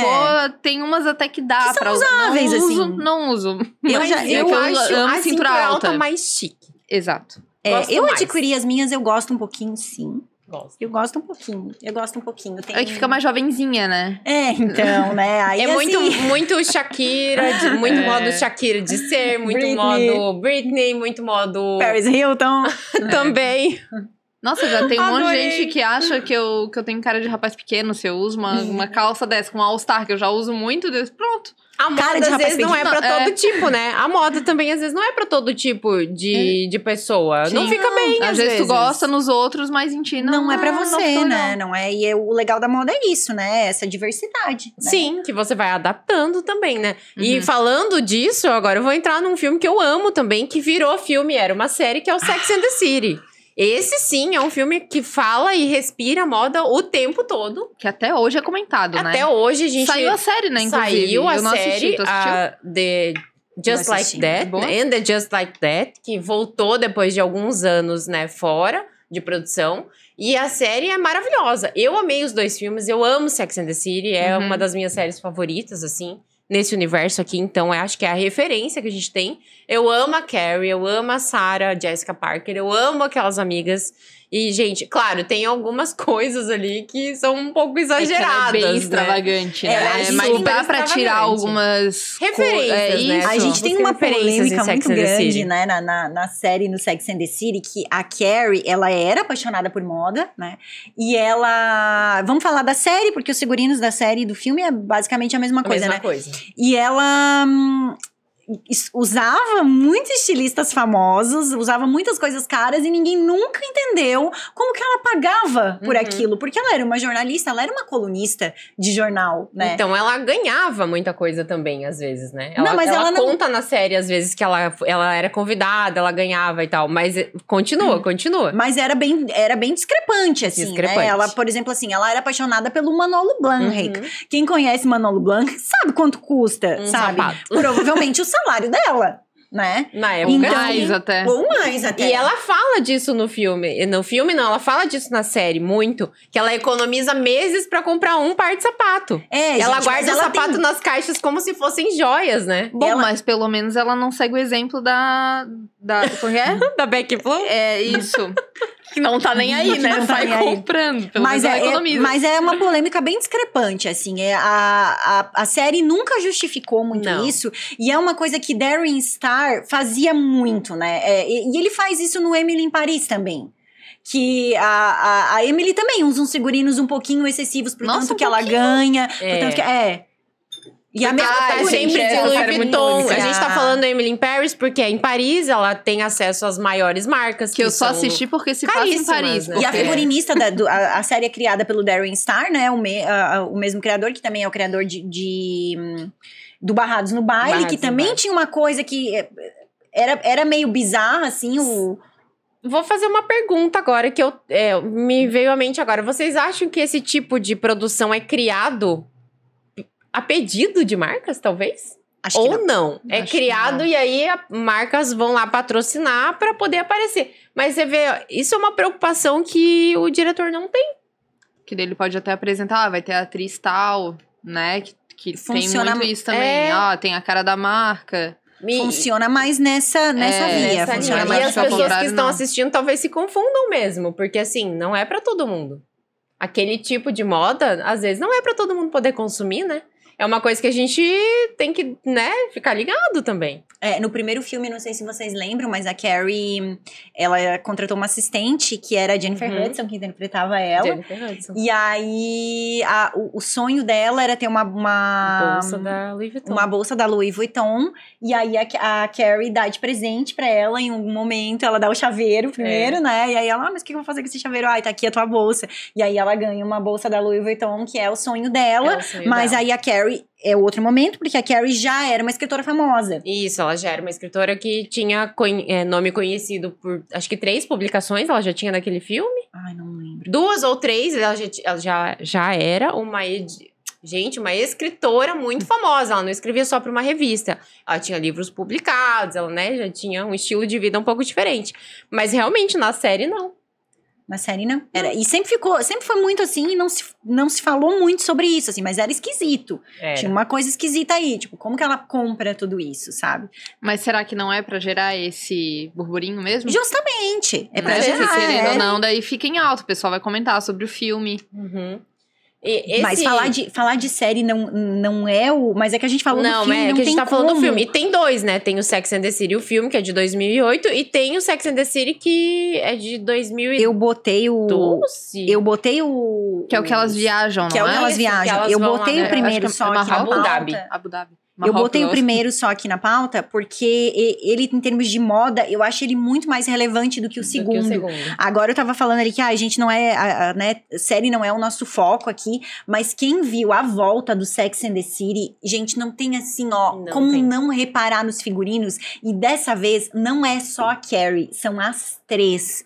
Que voltou. Tem umas até que dá pra usar. usáveis, não uso, assim. não uso. Eu já. Mas é eu, Eu, que eu acho amo a cintura cintura alta alta. mais chique. Exato. é, gosto eu mais. adquiri as minhas, eu gosto um pouquinho, sim. Gosto. Eu gosto um pouquinho. Eu gosto um pouquinho. Tem... É que fica mais jovenzinha, né? É, então, né? <laughs> Aí, é assim, muito, <laughs> muito Shakira, de- muito É. modo Shakira de ser, muito Britney. modo Britney, muito modo Paris Hilton. também. Nossa, já tem um monte de Adorei. gente que acha que eu, que eu tenho cara de rapaz pequeno se eu uso Uhum. uma, uma calça dessa com All Star, que eu já uso muito, desse, pronto. A moda Cara de às rapaz vezes não é pra pequeno. todo É. tipo, né? A moda também às vezes não é pra todo tipo de, de pessoa. Não É. Sim. fica bem, às, Às vezes tu vezes. gosta né? nos outros, mas em ti não. Não, Ah, é pra você, ficou né? legal. Não é. E é- o legal da moda é isso, né? Essa diversidade. né? Sim, que você vai adaptando também, né? E Uhum. falando disso, agora eu vou entrar num filme que eu amo também, que virou filme, era uma série, que é o Sex and the City. Esse sim é um filme que fala e respira moda o tempo todo. Que até hoje é comentado, né? Até hoje a gente Saiu a série, né? Inclusive. saiu a eu não série assisti, tu assistiu? a The Just Eu Like assisti. That, Boa. né? and The Just Like That, que voltou depois de alguns anos, né, fora de produção. E a série é maravilhosa. Eu amei os dois filmes, eu amo Sex and the City, é Uhum. uma das minhas séries favoritas, assim, nesse universo aqui. Então, eu acho que é a referência que a gente tem. Eu amo a Carrie, eu amo a Sarah, Jessica Parker, eu amo aquelas amigas. E, gente, claro, tem algumas <laughs> coisas ali que são um pouco É que ela exageradas. é bem né? extravagante, É, né? ela é mas super dá pra tirar extravagante. algumas co- é Referências, né? isso. A gente tem Busca uma referências em polêmica Sex muito and the City. grande, né, na, na, na série, no Sex and the City, que a Carrie, ela era apaixonada por moda, né, e ela... Vamos falar da série, porque os figurinos da série e do filme é basicamente a mesma A coisa, mesma né? coisa. E ela hum, es- usava muitos estilistas famosos, usava muitas coisas caras e ninguém nunca entendeu como que ela pagava por Uhum. aquilo. Porque ela era uma jornalista, ela era uma colunista de jornal, né? Então ela ganhava muita coisa também, às vezes, né? Ela, Não, mas ela ela não- conta na série, às vezes, que ela, ela era convidada, ela ganhava e tal. Mas eh, Hum. continua, continua. Mas era bem, era bem discrepante, assim, Discrepante. né? Ela, por exemplo, assim, ela era apaixonada pelo Manolo Blahnik. Uhum. Quem conhece Manolo Blahnik <laughs> sabe quanto custa, Um sabe? sapato. Provavelmente o salário dela, né? Na época. Ou Então- é. mais É um até. Ou mais até. É. E ela fala disso no filme. No filme, não, ela fala disso na série muito. Que ela economiza meses pra comprar um par de sapato. é, ela gente, mas guarda o ela sapato tem- nas caixas como se fossem joias, né? Bom, ela- mas pelo menos ela não segue o exemplo da. da <laughs> como é? Da Beck Bloom? É isso. <laughs> Que não tá nem aí, né? Não tá Vai nem aí. comprando. Pelo Mas menos é, ela é- economiza. mas é uma polêmica bem discrepante, assim. É, a, a, a série nunca justificou muito Não. isso. E é uma coisa que Darren Star fazia muito, né? É, e, e ele faz isso no Emily em Paris também. Que a, a, a Emily também usa uns figurinos um pouquinho excessivos pro Nossa, tanto um que ela ganha. pro É. tanto que- é. E a mesma Ah, figurina, sempre gente, de essa Louis série é muito Vuitton. única. A gente tá Ah. falando da Emily in Paris porque em Paris ela tem acesso às maiores marcas. Que eu só são- assisti porque se passa em caríssimas, Paris. né? E a Porque- figurinista da do- a, a série é criada pelo Darren Star, né? O, me- a- a- o mesmo criador, que também é o criador de, de, hum, do Barrados no Baile, Barrados que no também Baile. tinha uma coisa que é, era, era meio bizarra, assim, o. Vou fazer uma pergunta agora que eu é, me veio à mente agora. Vocês acham que esse tipo de produção é criado a pedido de marcas, talvez? Acho que Ou não. não? É Acho que criado não. e aí a- marcas vão lá patrocinar pra poder aparecer. Mas você vê, isso é uma preocupação que o diretor não tem. Que daí ele pode até apresentar, ah, vai ter a atriz tal, né? Que, que tem Funciona- muito isso também. É. Ah, tem a cara da marca. Me- Funciona mais nessa, nessa É, via. nessa funciona linha. mais E mais as que nessa ao pessoas via. que contrário, estão não. assistindo talvez se confundam mesmo, porque assim, não é pra todo mundo. Aquele tipo de moda, às vezes, não é pra todo mundo poder consumir, né? É uma coisa que a gente tem que, né, ficar ligado também. É, no primeiro filme, não sei se vocês lembram, mas a Carrie, ela contratou uma assistente, que era a Jennifer Uhum. Hudson, que interpretava ela. Jennifer Hudson. E aí, a- o, o sonho dela era ter uma. Bolsa da uma Louis Vuitton. Ah, uma bolsa da Louis Vuitton. E aí a, a Carrie dá de presente pra ela em um momento. Ela dá o chaveiro primeiro, né? E aí ela, ah, mas o que eu vou fazer com esse chaveiro? Ai, tá aqui a tua bolsa. E aí ela ganha uma bolsa da Louis Vuitton, que é o sonho dela. É o sonho mas dela. aí a Carrie é outro momento, porque a Carrie já era uma escritora famosa. Isso, ela já era uma escritora que tinha conhe- é, nome conhecido por, acho que três publicações ela já tinha naquele filme. Ai, não lembro. Duas ou três, ela já, ti- ela já, já era uma... edi- Gente, uma escritora muito famosa. Ela não escrevia só para uma revista. Ela tinha livros publicados, ela né, já tinha um estilo de vida um pouco diferente. Mas realmente, na série, não. Na série, não. Era, e sempre ficou, sempre foi muito assim, e não se, não se falou muito sobre isso, assim, mas era esquisito. Tinha uma coisa esquisita aí, tipo, como que ela compra tudo isso, sabe? Mas será que não é pra gerar esse burburinho mesmo? Justamente. É pra né? gerar, Porque, querendo é. ou não, daí fica em alto. O pessoal vai comentar sobre o filme. Uhum. E esse... Mas falar de, falar de série não, não é o. Mas é que a gente falou não, do filme. é não que a gente tem tá falando do como. filme. E tem dois, né? Tem o Sex and the City, o filme, que é de 2008. E tem o Sex and the City, que é de 2012. Eu botei o. Eu botei o. Que é o que elas viajam, Que é não o que é? elas Isso, que viajam. elas eu vão lá, botei né? o primeiro Acho que é só aqui na Marrocos. pauta. Dhabi. Abu Dhabi. Eu Marrocos. botei o primeiro só aqui na pauta, porque e- ele, em termos de moda, eu acho ele muito mais relevante do que o segundo. Agora eu tava falando ali que ah, a gente não é, a, a, né, série não é o nosso foco aqui, mas quem viu a volta do Sex and the City, gente, não tem assim, ó, Não como tem. não reparar nos figurinos. E dessa vez não é só a Carrie, são as três.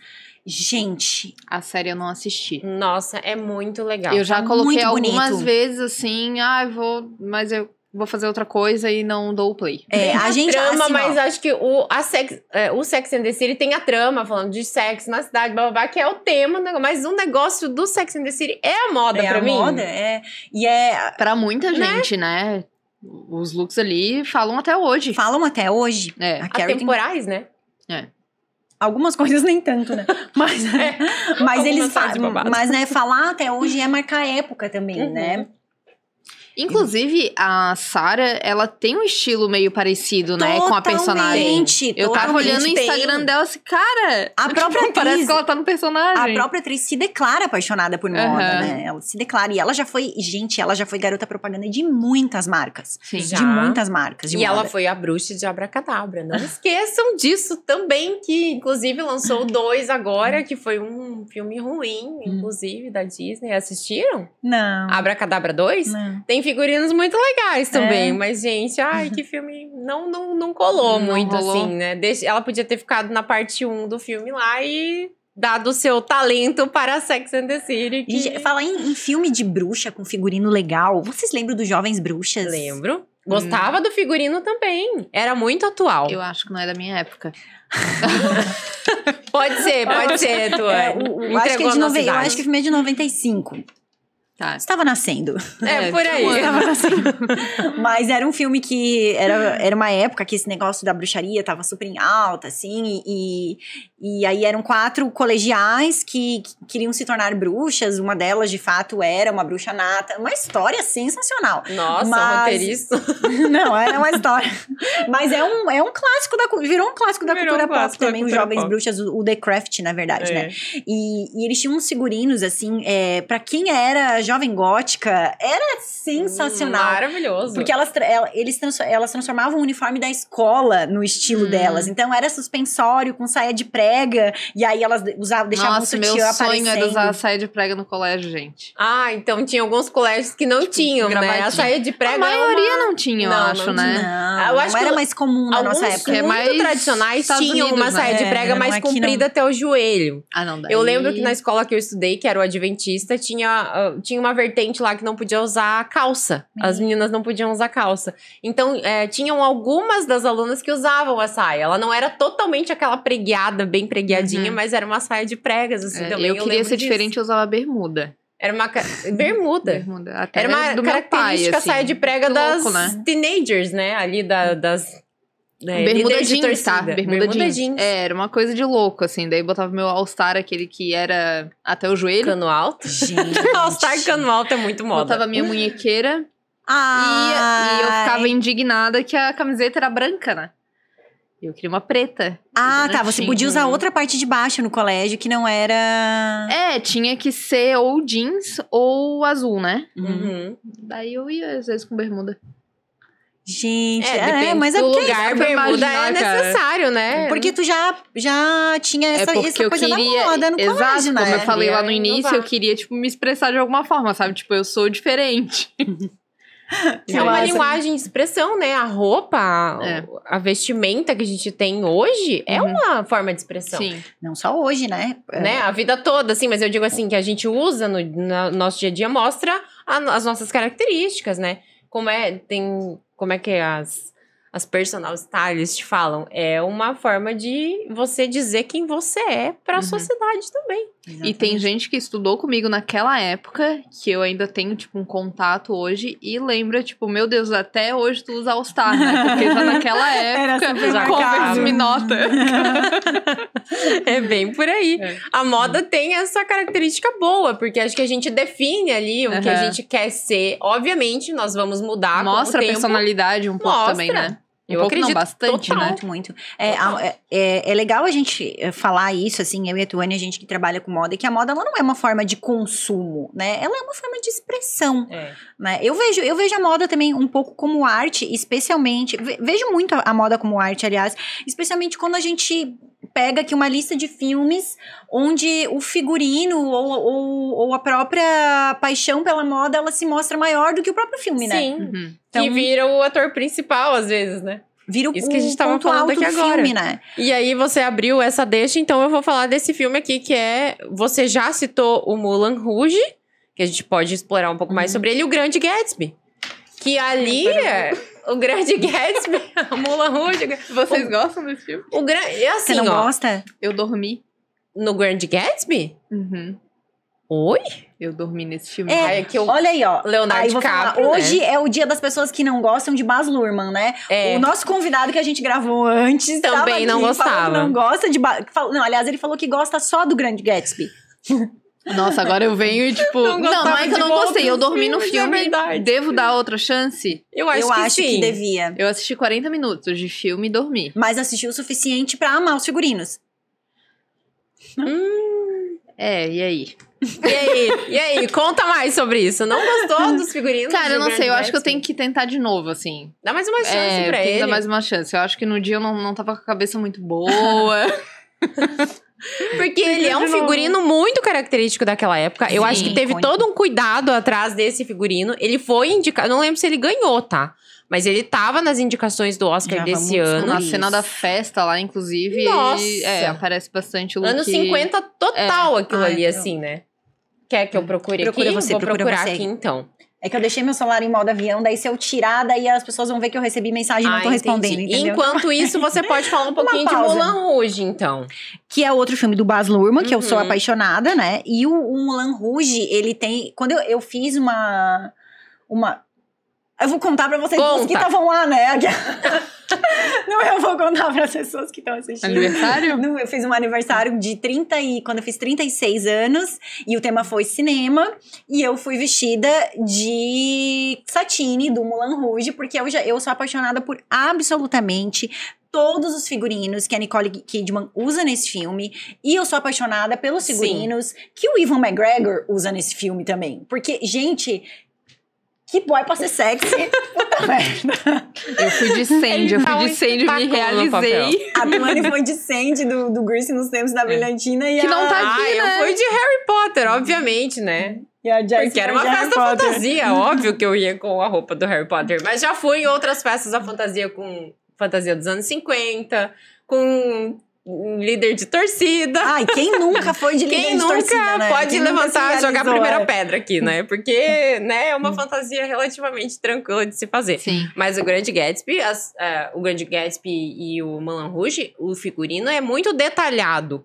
Gente, A série eu não assisti. Nossa, é muito legal. Eu já tá coloquei muito bonito. algumas vezes assim, ah, eu vou, mas eu vou fazer outra coisa e não dou o play. é, a gente trama, assim, ó, mas acho que o, a sex, é, o Sex and the City tem a trama, falando de sexo na cidade, blá, blá, blá, que é o tema, né? mas o negócio do Sex and the City é a moda é pra a mim. moda, é, e é Pra muita Né? gente, né? Os looks ali falam até hoje. falam até hoje. É. A Carrie tem Atemporais, <laughs> né? Algumas <laughs> coisas nem tanto, né? Mas, mas Algumas eles são fa de babado. mas né, falar até hoje é marcar época também, Uhum. né? Inclusive, a Sarah, ela tem um estilo meio parecido, né? Com a personagem. Totalmente, Eu tava totalmente olhando o tem. Instagram dela assim, cara. A tipo, própria Parece atriz- que ela tá no personagem. A própria atriz se declara apaixonada por moda, Aham. né? Ela se declara. E ela já foi, gente, ela já foi garota propaganda de muitas marcas. Sim. Já. De muitas marcas. De E ela moda. foi a bruxa de Abracadabra. Não esqueçam disso também, que inclusive lançou dois agora, que foi um filme Hum. ruim, inclusive, da Disney. Assistiram? Não. Abracadabra 2? não. Tem figurinos muito legais também, É. mas, gente, ai, que filme não, não, não colou Não muito, rolou. assim, né? Deixa- ela podia ter ficado na parte 1 do filme lá e dado o seu talento para Sex and the City. Que... Gente, falar em, em filme de bruxa com figurino legal, vocês lembram dos Jovens Bruxas? Lembro. Hum. Gostava do figurino também. Era muito atual. Eu acho que não é da minha época. Pode ser, <laughs> pode ser, tu. É, o- o- acho que é Entregou a de nove, eu novidade. acho que o filme é de 95. Tá. Estava nascendo. É, por aí. <laughs> um ano. Tava assim. Mas era um filme que era, era uma época que esse negócio da bruxaria tava super em alta, assim, e, e aí eram quatro colegiais que, que queriam se tornar bruxas, uma delas de fato era uma bruxa nata, uma história <laughs> sensacional. Nossa, Mas- um roteirista. <laughs> Não, era uma história. Mas é um, é um clássico da cu- virou um clássico da Virou um cultura clássico da pop também, os cultura jovens pop. É. bruxas, o, o The Craft, na verdade, né? E, e eles tinham uns figurinos, assim, é, para quem era jovem gótica, era Hum, sensacional. Maravilhoso. Porque elas, tra- ela- eles trans- elas transformavam o uniforme da escola no estilo Hum. delas. Então era suspensório com saia de prega. E aí elas de- usavam, deixavam Nossa, o meu sutiã sonho aparecendo. era usar a saia de prega no colégio, gente. Ah, então tinha alguns colégios que Tipo, não tinham, né? A gravadinho. saia de prega. a é uma- maioria não tinha, eu Não, acho, não né? Não, Ah, eu acho não que era mais comum na Alguns nossa época. É muito mais tradicionais Estados tinham Unidos, uma saia né? de prega É, mais aqui não. comprida até o joelho. Ah, não, daí... Eu lembro que na escola que eu estudei, que era o Adventista, tinha, ah, tinha uma vertente lá que não podia usar calça. Uhum. As meninas não podiam usar calça. Então, eh, tinham algumas das alunas que usavam a saia. Ela não era totalmente aquela preguiada, bem preguiadinha, Uhum. mas era uma saia de pregas, assim, É, também. eu queria lembro ser disso. diferente, eu usava bermuda. Era uma ca- <laughs> bermuda. Bermuda. Até Era uma do meu característica pai, assim. saia de prega Muito das louco, né? teenagers, né? Ali da- das. né, É, bermuda líderes de jeans, tá? torcida. Bermuda, jeans. É, era uma coisa de louco, assim. Daí botava meu All-Star, aquele que era até o joelho. Cano <laughs> alto. Gente. tá, All-Star cano alto é muito moda. Botava minha munhequeira. Ai, E, e eu ficava indignada que a camiseta era branca, né? Eu queria uma preta. Ah, Não tá. Você tinha. podia usar outra parte de baixo no colégio que não era. É, tinha que ser ou jeans ou azul, né? Uhum. Uhum. Daí eu ia, às vezes, com bermuda. Gente, É, é, depende mas é do porque. lugar, pra bermuda é imaginar, cara. necessário, né? Porque tu já, já tinha essa, é porque essa eu coisa queria. da moda no Exato, colégio, né? como eu falei lá no Queria início, inovar. eu queria, tipo, me expressar de alguma forma, sabe? Tipo, eu sou diferente. é uma Nossa. linguagem de expressão, né? A roupa, a- É. a vestimenta que a gente tem hoje é Uhum. uma forma de expressão. Sim. Não só hoje, né? É. Né? A vida toda, assim, mas eu digo assim, que a gente usa no, na- nosso dia a dia, mostra a no- as nossas características, né? Como é, tem, como é que as, as personal stylists falam? É uma forma de você dizer quem você é para a Uhum. sociedade também. <laughs> E tem gente que estudou comigo naquela época, que eu ainda tenho, tipo, um contato hoje, e lembra, tipo, meu Deus, até hoje tu usa All-Star, né? Porque já naquela Era época, super Converse marcado. me nota. É bem por aí. É. A moda tem essa característica boa, porque acho que a gente define ali o que a Aham. gente quer ser. Obviamente, nós vamos mudar com o Mostra a tempo. personalidade um pouco Mostra. também, né? Um Eu pouco acredito não, bastante, total. né? Muito, muito. É, a- é- é, é legal a gente é, falar isso, assim, eu e a Tuane, a gente que trabalha com moda, que a moda ela não é uma forma de consumo, né? Ela é uma forma de expressão. É. né? Eu vejo, eu vejo a moda também um pouco como arte, especialmente. ve- Vejo muito a, a moda como arte, aliás, especialmente quando a gente pega aqui uma lista de filmes onde o figurino ou, ou, ou a própria paixão pela moda ela se mostra maior do que o próprio filme, né? Sim. Uhum. Que Então- vira o ator principal, às vezes, né? Vira o, Isso que a gente o tava ponto falando alto aqui do agora. filme, né? E aí você abriu essa deixa, então eu vou falar desse filme aqui que é, você já citou o Mulan Rouge, que a gente pode explorar um pouco Uhum. mais sobre ele, e o Grande Gatsby. Que ali é <laughs> o Grande Gatsby, <laughs> o Mulan Rouge, Vocês gostam desse filme? o grande, Você assim, não ó, gosta? Eu dormi. no Grande Gatsby? Uhum. Oi? Eu dormi nesse filme. É. Ai, é que eu Olha aí, ó. Leonardo aí eu vou DiCaprio, falar, né? hoje é o dia das pessoas que não gostam de Baz Luhrmann, né? é, O nosso convidado que a gente gravou antes Também tava aqui, não falou que gostava. Não gosta de. ba- falou- Não, aliás, ele falou que gosta só do Grande Gatsby. Nossa, agora eu venho e tipo. Não Não, não, gostava é que eu de não gostei. Eu outros dormi no filmes, é filme. verdade. devo dar outra chance? Eu acho eu que acho sim. que devia. Eu assisti 40 minutos de filme e dormi. Mas assistiu o suficiente pra amar os figurinos. É, e aí? E aí? E aí? Conta mais sobre isso. Não gostou dos figurinos? Cara, de eu não Grand sei. Eu acho que eu Gatsby? tenho que tentar de novo, assim. Dá mais uma chance é, pra tem que ele. dar mais uma chance. Eu acho que no dia eu não, não tava com a cabeça muito boa. Porque ele é um de novo. figurino muito característico daquela época. Eu Sim, acho que teve icônico. todo um cuidado atrás desse figurino. Ele foi indicado. Eu não lembro se ele ganhou, tá? Mas ele tava nas indicações do Oscar Já desse vamos ano. Na isso. cena da festa lá, inclusive. Nossa! ele- é, aparece bastante o look. Anos 50 total aquilo Ai, ali, eu- assim, né? Quer que eu procure é. Ah, então. Procura aqui? você, Vou procura procurar você. aqui, então. É que eu deixei meu celular em modo avião, daí se eu tirar, daí as pessoas vão ver que eu recebi mensagem e não Ah, tô respondendo, entendi. entendeu? Enquanto isso, <laughs> você pode falar um pouquinho de pausa. Mulan Rouge, então. Que é outro filme do Baz Luhrmann, que eu sou Uhum. apaixonada, né? E o, o Mulan Rouge, ele tem... Quando eu, eu fiz uma... Uma... Eu vou contar pra vocês Conta. que estavam lá, né? <laughs> Não, eu vou contar para as pessoas que estão assistindo. <laughs> Aniversário? No- eu fiz um aniversário de 30 e quando eu fiz 36 anos e o tema foi cinema e eu fui vestida de satine do Moulin Rouge porque eu já eu sou apaixonada por absolutamente todos os figurinos que a Nicole Kidman usa nesse filme e eu sou apaixonada pelos Sim. figurinos que o Ivan McGregor usa nesse filme também porque gente que boy pra ser <laughs> sexy puta merda Eu fui <laughs> de Sandy, eu Ele tá um fui de Sandy, me espetáculo no realizei. a Milani foi de Sandy do, do Grease nos tempos da Brilhantina e É. Que não a- tá Ah, aqui, eu né? fui de Harry Potter, obviamente, né? E a Jessica Porque era uma de é Harry festa Potter. fantasia, óbvio que eu ia com a roupa do Harry Potter. Mas já fui em outras festas da fantasia com fantasia dos anos 50, com um líder de torcida. Ai, quem nunca foi de Quem líder de nunca torcida, né? pode Quem nunca levantar e se jogar a realizou, primeira é. pedra aqui, né? <laughs> Porque né, é uma fantasia relativamente tranquila de se fazer. Sim. Mas o Grande Gatsby, as- é, o Grande Gatsby e o Moulin Rouge, o figurino é muito detalhado.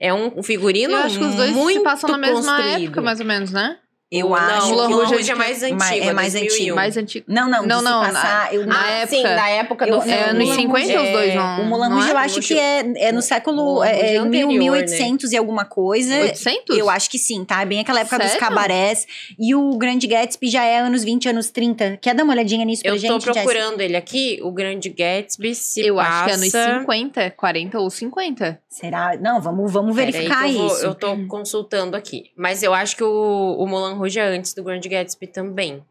É um, um figurino Eu acho que os dois muito se passam na mesma construído. época, mais ou menos, né? Eu não, acho. O Moulin Moulin que- Rouge Rouge é mais antigo. mais- é mais 2001. antigo. Mais antigo. Não, não, não, Não, não, não, passar, eu- na ah, época. sim, da época Eu- do é, filme. anos 50 os dois, não- o Moulin não Rouge é? eu acho que é, é no século Moulin é, é, Rouge mil- anterior, né? 1800 e alguma coisa. 800? é Eu acho que sim, tá? É Bem aquela época dos Sério? cabarés. E o Grande Gatsby já é anos 20, anos 30. Quer dar uma olhadinha nisso pra Eu gente, tô Jess? procurando ele aqui, o Grande Gatsby se Eu passa... acho que é nos 50, é 40 ou 50. Será? Não, vamos, vamos Peraí verificar que eu vou- isso. Eu Uhum. tô consultando aqui. Mas eu acho que o, o Moulin Rouge é antes do Grande Gatsby também.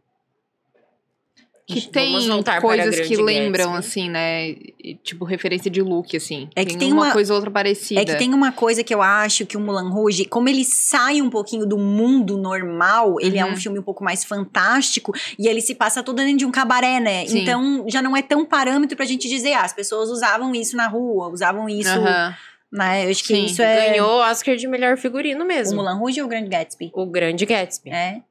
Que Vamos tem voltar para coisas Grande que Gatsby. lembram, assim, né? E, Tipo, referência de look, assim. É que tem uma uma- coisa ou outra parecida. É que tem uma coisa que eu acho que o Mulan Rouge, como ele sai um pouquinho do mundo normal, ele é Uhum. um filme um pouco mais fantástico e ele se passa todo dentro de um cabaré, né? Sim. Então já não é tão parâmetro pra gente dizer, ah, as pessoas usavam isso na rua, usavam isso, Aham. né? Eu acho que Sim. isso é Ganhou o Oscar de melhor figurino o mesmo. Mulan Rouge ou o Grande Gatsby? O Grande Gatsby. É.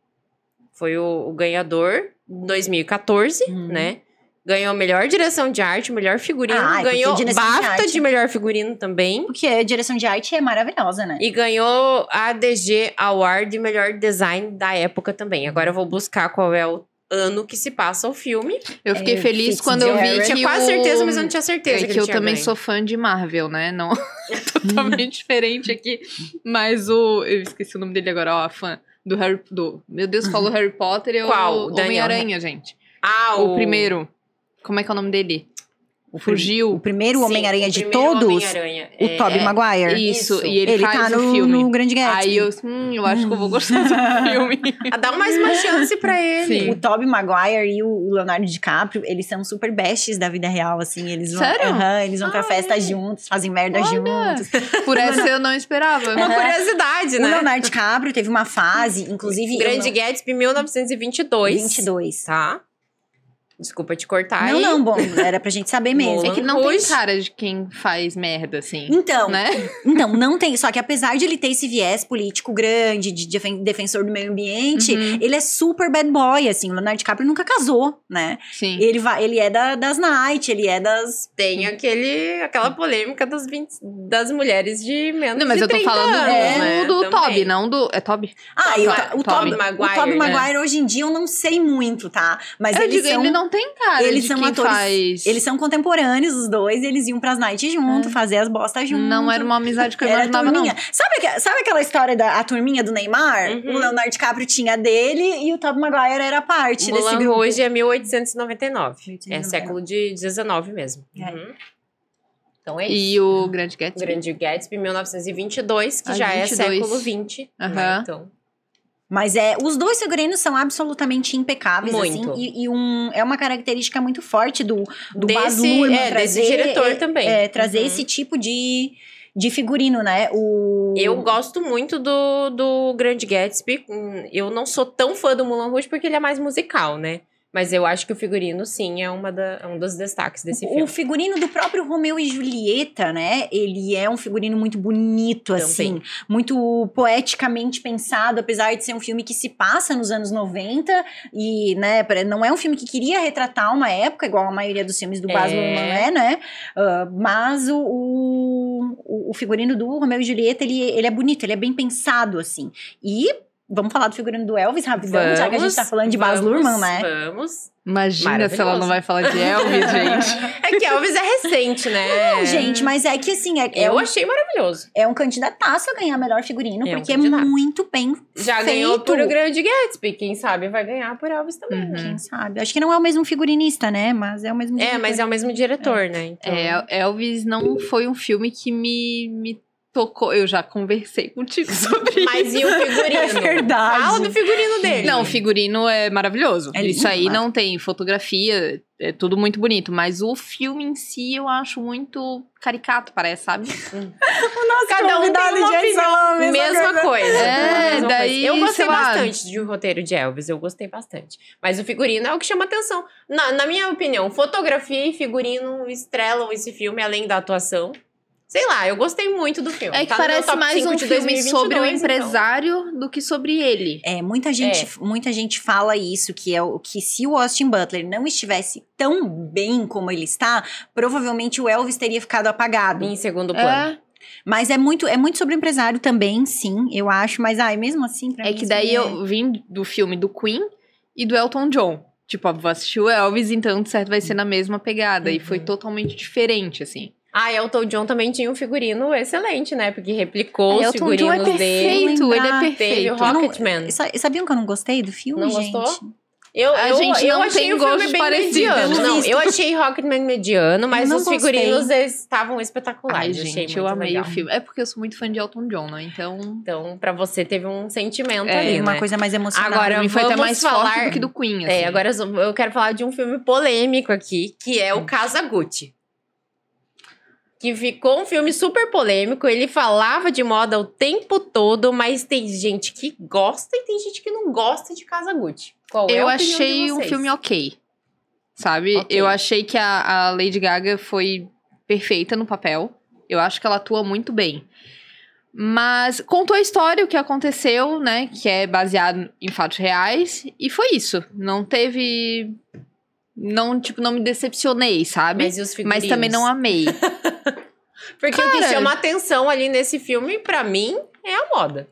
Foi o, o ganhador em 2014, Uhum. né? Ganhou melhor direção de arte, melhor figurino. Ah, é porque ganhou direção de BAFTA arte- de melhor figurino também. Porque a direção de arte é maravilhosa, né? E ganhou a DG Award de melhor design da época também. Agora eu vou buscar qual é o ano que se passa o filme. Eu fiquei É, feliz Fitz quando eu vi Gerald. que Tinha quase o- certeza, mas eu não tinha certeza. É que ele eu tinha também ganho. sou fã de Marvel, né? Não <laughs> totalmente diferente aqui. Mas o. Eu esqueci o nome dele agora, ó, a fã. Do Harry. Do, meu Deus, <laughs> falou Harry Potter e Qual? o Daniel? né? Homem-Aranha, gente. Ah, o, O primeiro. Como é que é o nome dele? O prim- Fugiu. O primeiro Sim, Homem-Aranha o de primeiro todos, Homem-Aranha. o É, Tobey é. Maguire. Isso, Isso. e ele, tá faz o no, filme. no Grande Gatsby. Aí eu, hum, eu acho que eu vou gostar <laughs> do filme. Ah, Dá mais uma chance pra ele. Sim. O Tobey Maguire e o Leonardo DiCaprio, eles são super bestes da vida real, assim. Eles vão, Sério? Aham, eles vão pra Ah, festa é. juntos, fazem merda juntos. Por essa eu não esperava. Uma <laughs> curiosidade, O né? Leonardo DiCaprio teve uma fase, inclusive... eu Grande não- Gatsby, 1922. 22. Tá? Desculpa te cortar Não, aí. não, bom, era pra gente saber mesmo. Boa. É que não tem Hoje- cara de quem faz merda, assim. Então, Né? então, não tem. Só que apesar de ele ter esse viés político grande, de defen- defensor do meio ambiente, Uhum. ele é super bad boy, assim. O Leonardo DiCaprio nunca casou, né? Sim. Ele, vai, ele é da- das night, ele é das Tem aquele, aquela polêmica das, 20 das mulheres de menos Não, mas de eu tô 30 falando anos, do, É, né? do Toby, Também. não do. É Toby? Ah, Tobey e o, Ma- To- o Tobey Toby, o Maguire, Tobey né? Maguire hoje em dia eu não sei muito, tá? Mas eu eles digo, são... ele não não tem cara Eles de são quem atores- faz... Eles são contemporâneos, os dois, e eles iam pras nights É. junto, fazer as bostas junto. Não era uma amizade que eu Era a imaginava, não. turminha. Sabe, aque- sabe aquela história da a turminha do Neymar? Uhum. O Leonardo DiCaprio tinha a dele e o Tobey Maguire era parte desse Mulan grupo. hoje é 1899. É 1899. século de 19 mesmo. É. Uhum. Então é isso. E o Grande Gatsby. O Grande Gatsby, 1922, que Ah, já 22. é século 20. né? Aham. Então, Mas é, os dois figurinos são absolutamente impecáveis, Muito. assim. E, e um, é uma característica muito forte do, do Baz desse, Luhrmann é, desse trazer- diretor é, também. é, trazer Uhum. esse tipo de, de figurino, né? O... Uhum. Eu gosto muito do, do Grande Gatsby. Hum, Eu não sou tão fã do Mulan Rouge porque ele é mais musical, né? Mas eu acho que o figurino, sim, é, uma da- é um dos destaques desse O filme. figurino do próprio Romeu e Julieta, né? Ele é um figurino muito bonito, Também. assim. Muito poeticamente pensado, apesar de ser um filme que se passa nos anos 90. E, né, pra- não é um filme que queria retratar uma época, igual a maioria dos filmes do Baz É. Luhrmann é, né? Ah, mas o, o, o figurino do Romeu e Julieta, ele, ele é bonito, ele é bem pensado, assim. E... Vamos falar do figurino do Elvis rapidão, já que a gente tá falando de Baz vamos, É. Luhrmann, né? Vamos. Imagina se ela Maravilhoso. não vai falar de <laughs> Elvis, gente. É que Elvis é recente, né? Não, gente, mas é que assim, é, é Eu um achei maravilhoso. é um candidataço a ganhar melhor figurino, É um porque é candidato. muito bem Já feito. ganhou por o Grande Gatsby. Quem sabe vai ganhar por Elvis também. Uhum. Quem sabe? Acho que não é o mesmo figurinista, né? Mas é o mesmo É, mas é o mesmo diretor, né? Então, É, Elvis não foi um filme que me, me tocou. Eu já conversei <laughs> contigo sobre Mas isso. e o <laughs> figurino? <laughs> É verdade. Fala do figurino dele. Não, o figurino é maravilhoso. É lindo, isso aí né? não tem fotografia, é tudo muito bonito. Mas o filme em si eu acho muito caricato, parece, sabe? Então, Nossa, Cada um tem convidado uma de opinião. falar a mesma coisa. coisa. É, Mesma daí, coisa. Eu gostei sei lá. bastante de um roteiro de Elvis, eu gostei bastante. Mas o figurino é o que chama atenção. Na, na minha opinião, fotografia e figurino estrelam esse filme, além da atuação. Sei lá, eu gostei muito do filme. É que Tá no meu parece top mais 5 um de filme sobre 2022, o então. empresário do que sobre ele. É, muita gente, muita gente fala isso, que é o que se o Austin Butler não estivesse tão bem como ele está, provavelmente o Elvis teria ficado apagado. Em segundo plano. É, Mas é muito, é muito sobre o empresário também, sim, eu acho, mas ai, mesmo assim, pra é mim, que esse daí filme é- eu vim do filme do Queen e do Elton John. Tipo, ó, vou assistir o Elvis, então de certo vai ser na mesma pegada. E foi Hum. Uhum. totalmente diferente, assim. Ah, Elton John também tinha um figurino excelente, né? Porque replicou os Elton John é figurinos dele. perfeito, ele é lembrar, Teve perfeito. o Eu não- Rocketman. Sa- Sabiam que eu não gostei do filme, Não gente? gostou? Eu, A eu, gente eu não achei tem o filme gostos bem parecidos, mediano. pelo Não, visto. eu achei Rocketman mediano, mas não os figurinos eles estavam espetaculares. Ai, achei gente, muito eu amei legal. o filme. É porque eu sou muito fã de Elton John, né? Então. Então, pra você teve um sentimento É, ali, uma né? coisa mais emocional. Agora pra mim foi até vamos mais falar- forte do que do Queen, assim. É, agora eu eu quero falar de um filme polêmico aqui, que é o Casa Gucci. Que ficou um filme super polêmico. Ele falava de moda o tempo todo, mas tem gente que gosta e tem gente que não gosta de Casa Gucci. Qual é a eu opinião de achei um vocês? filme ok. Sabe? Ok. Eu achei que a, a Lady Gaga foi perfeita no papel. Eu acho que ela atua muito bem. Mas contou a história, o que aconteceu, né? Que é baseado em fatos reais. E foi isso. Não teve. Não, tipo, não me decepcionei, sabe? Mas, e os figurinos? Mas também <laughs> não amei. Porque o que Cara. chama atenção ali nesse filme, pra mim, é a moda.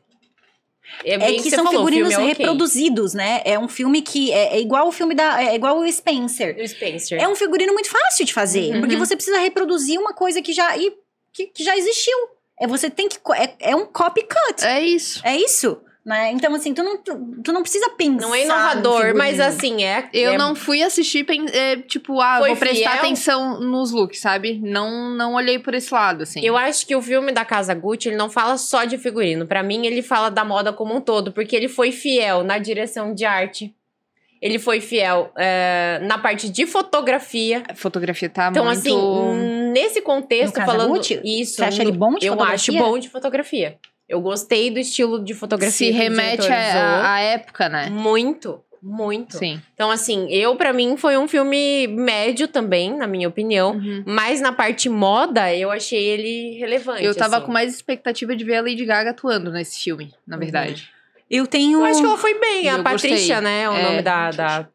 É bem que, você são falou, o filme figurinos é ok. reproduzidos, né? É um filme que é, é igual o filme da. É igual o Spencer. O Spencer. É um figurino muito fácil de fazer, Uhum. porque você precisa reproduzir uma coisa que já, e, que, que já existiu. É você tem que. co- É, é um copycat. é isso. É, isso. Né? Então, assim, tu não, tu, tu não precisa um pensar. Não é no inovador, figurino. mas assim, é. Eu é- não fui assistir, pen- é, tipo, ah, Foi vou prestar fiel? atenção nos looks, sabe? Não, não olhei por esse lado, assim. Eu acho que o filme da Casa Gucci, ele não fala só de figurino. Pra mim, ele fala da moda como um todo, porque ele foi fiel na direção de arte. Ele foi fiel eh, na parte de É fotografia. A fotografia tá Então, muito... assim, nesse contexto, No Casa falando Gucci? isso. Você acha no- ele bom de Eu acho fotografia? bom de fotografia. Eu gostei do estilo de fotografia. se que o remete diretor usou. à à época, né? Muito, muito. Sim. Então, assim, eu, pra mim, foi um filme médio também, na minha opinião. Uhum. Mas na parte moda, eu achei ele relevante. Eu tava assim. Uhum. com mais expectativa de ver a Lady Gaga atuando nesse filme, na verdade. Eu tenho. Eu acho que ela foi bem, a Eu gostei. Patrícia, né? é O É, nome da. Patrícia. da...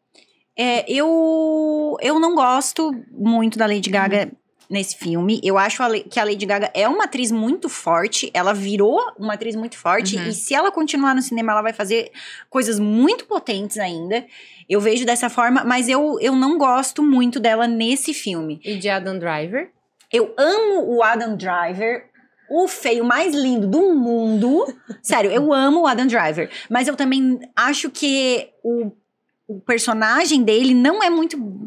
É, eu, eu não gosto muito da Lady Gaga nesse filme. Eu acho a Le- que a Lady Gaga é uma atriz muito forte. Ela virou uma atriz muito forte. Uhum. E se ela continuar no cinema, ela vai fazer coisas muito potentes ainda. Eu vejo dessa forma, mas eu, eu não gosto muito dela nesse filme. E de Adam Driver. Eu amo o Adam Driver. O feio mais lindo do <laughs> mundo. Sério, eu amo o Adam Driver. Mas eu também acho que o, o personagem dele não é muito.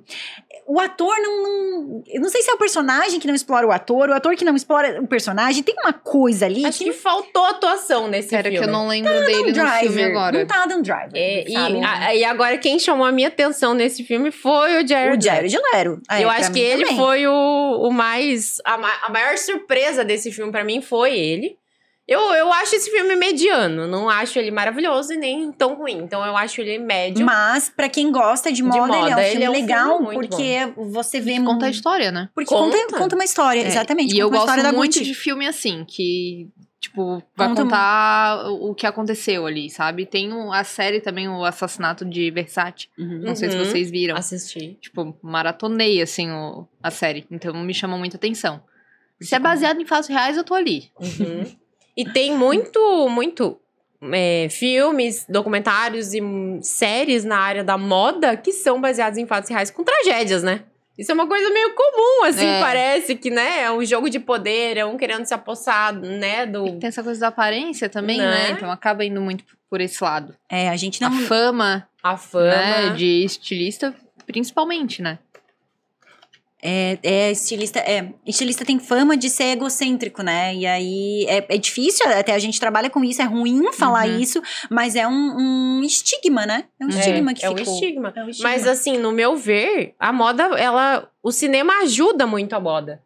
O ator não, não. Eu não sei se é o personagem que não explora o ator, o ator que não explora o personagem. Tem uma coisa ali Acho que. que faltou atuação nesse Sério que filme. Tá eu não lembro dele no filme agora. Não tá Adam Driver. É, e, sabe? a- e agora quem chamou a minha atenção nesse filme foi o Jared. o Jared Lero. É, eu pra acho que mim ele também. foi o, o mais. A, ma- a maior surpresa desse filme pra mim foi ele. Eu, eu acho esse filme mediano, não acho ele maravilhoso e nem tão ruim. Então eu acho ele médio. Mas, pra quem gosta de moda, ele é um moda, ele filme é um filme legal, muito porque você vê Conta a história, né? Porque conta, Conta. conta uma história, É, exatamente. conta E eu uma gosto história da muito Gucci. de filme assim, que, tipo, vai Conta contar o o que aconteceu ali, sabe? Tem o- a série também, o assassinato de Versace. Não sei se Uhum. vocês viram. Assisti. Tipo, maratonei, assim, o- a série. Então me chama muita atenção. Se é Sim. baseado em fatos reais, eu tô ali. Uhum. e tem muito, muito é, filmes, documentários e hum, séries na área da moda que são baseados em fatos reais com tragédias, né? Isso é uma coisa meio comum, assim, É. parece que, né? É um jogo de poder, é um querendo se apossar, né? Do. Tem essa coisa da aparência também, Né? né? Então acaba indo muito por esse lado. É, a gente A não. fama, A fama. né, de estilista, principalmente, né? É, é, estilista. É, estilista tem fama de ser egocêntrico, né? E aí é, é difícil, até a gente trabalha com isso, é ruim falar Uhum. isso, mas é um, um estigma, né? É um É, estigma que é um ficou. estigma. É um estigma. Mas assim, no meu ver, a moda, ela, o cinema ajuda muito a moda.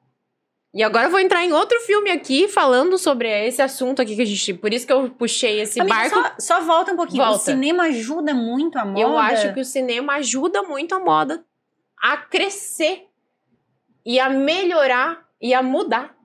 E agora eu vou entrar em outro filme aqui falando sobre esse assunto aqui que a gente, por isso que eu puxei esse Amiga, barco. só, só volta um pouquinho. O Volta. cinema ajuda muito a moda. Eu acho que o cinema ajuda muito a moda a crescer e a melhorar e a mudar.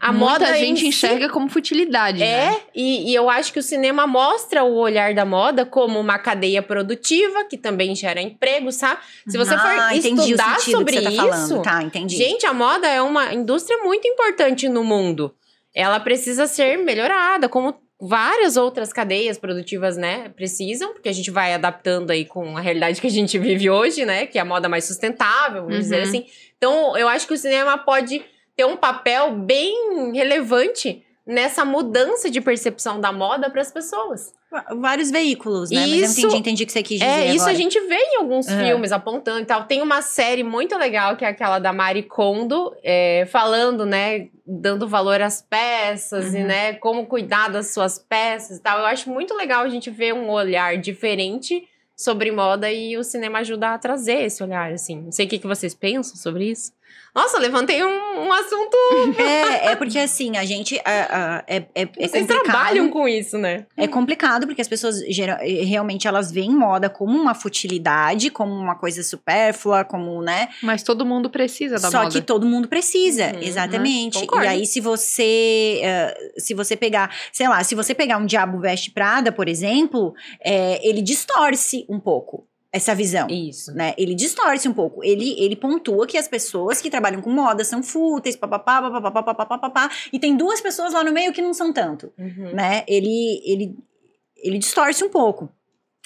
A Muita moda em gente si- enxerga como futilidade, né? É, e, e eu acho que o cinema mostra o olhar da moda como uma cadeia produtiva, que também gera emprego, sabe? Se você for ah, entendi o estudar sentido sobre que você tá isso, falando. Tá, entendi. gente, a moda é uma indústria muito importante no mundo. Ela precisa ser melhorada, como várias outras cadeias produtivas, né, precisam, porque a gente vai adaptando aí com a realidade que a gente vive hoje, né, que é a moda mais sustentável, vamos dizer Uhum. assim. Então, eu acho que o cinema pode ter um papel bem relevante nessa mudança de percepção da moda para as pessoas. Vários veículos, né? Mas Isso- eu entendi, entendi o que você quis dizer. É, isso agora. É. a gente vê em alguns Aham. filmes apontando e tal. Tem uma série muito legal que é aquela da Mari Kondo, é, falando, né, dando valor às peças e, Uhum. né, como cuidar das suas peças e tal. Eu acho muito legal a gente ver um olhar diferente sobre moda e o cinema ajuda a trazer esse olhar, assim. Não sei o que, que vocês pensam sobre isso. Nossa, levantei um, um assunto. É, é porque assim, a gente. a- a- é, é, é vocês complicado. trabalham com isso, né? É complicado, porque as pessoas gera- realmente elas veem moda como uma futilidade, como uma coisa supérflua, como, né? Mas todo mundo precisa da Só moda. que todo mundo precisa, Uhum, exatamente. uhum, concordo. E aí, se você. eh, se você pegar, sei lá, se você pegar um Diabo Veste Prada, por exemplo, eh, ele distorce um pouco essa visão Isso. né? Ele distorce um pouco. Ele, ele pontua que as pessoas que trabalham com moda são fúteis, papapá, papapá, papapá, papapá, e tem duas pessoas lá no meio que não são tanto, Uhum. né? Ele, ele, ele distorce um pouco.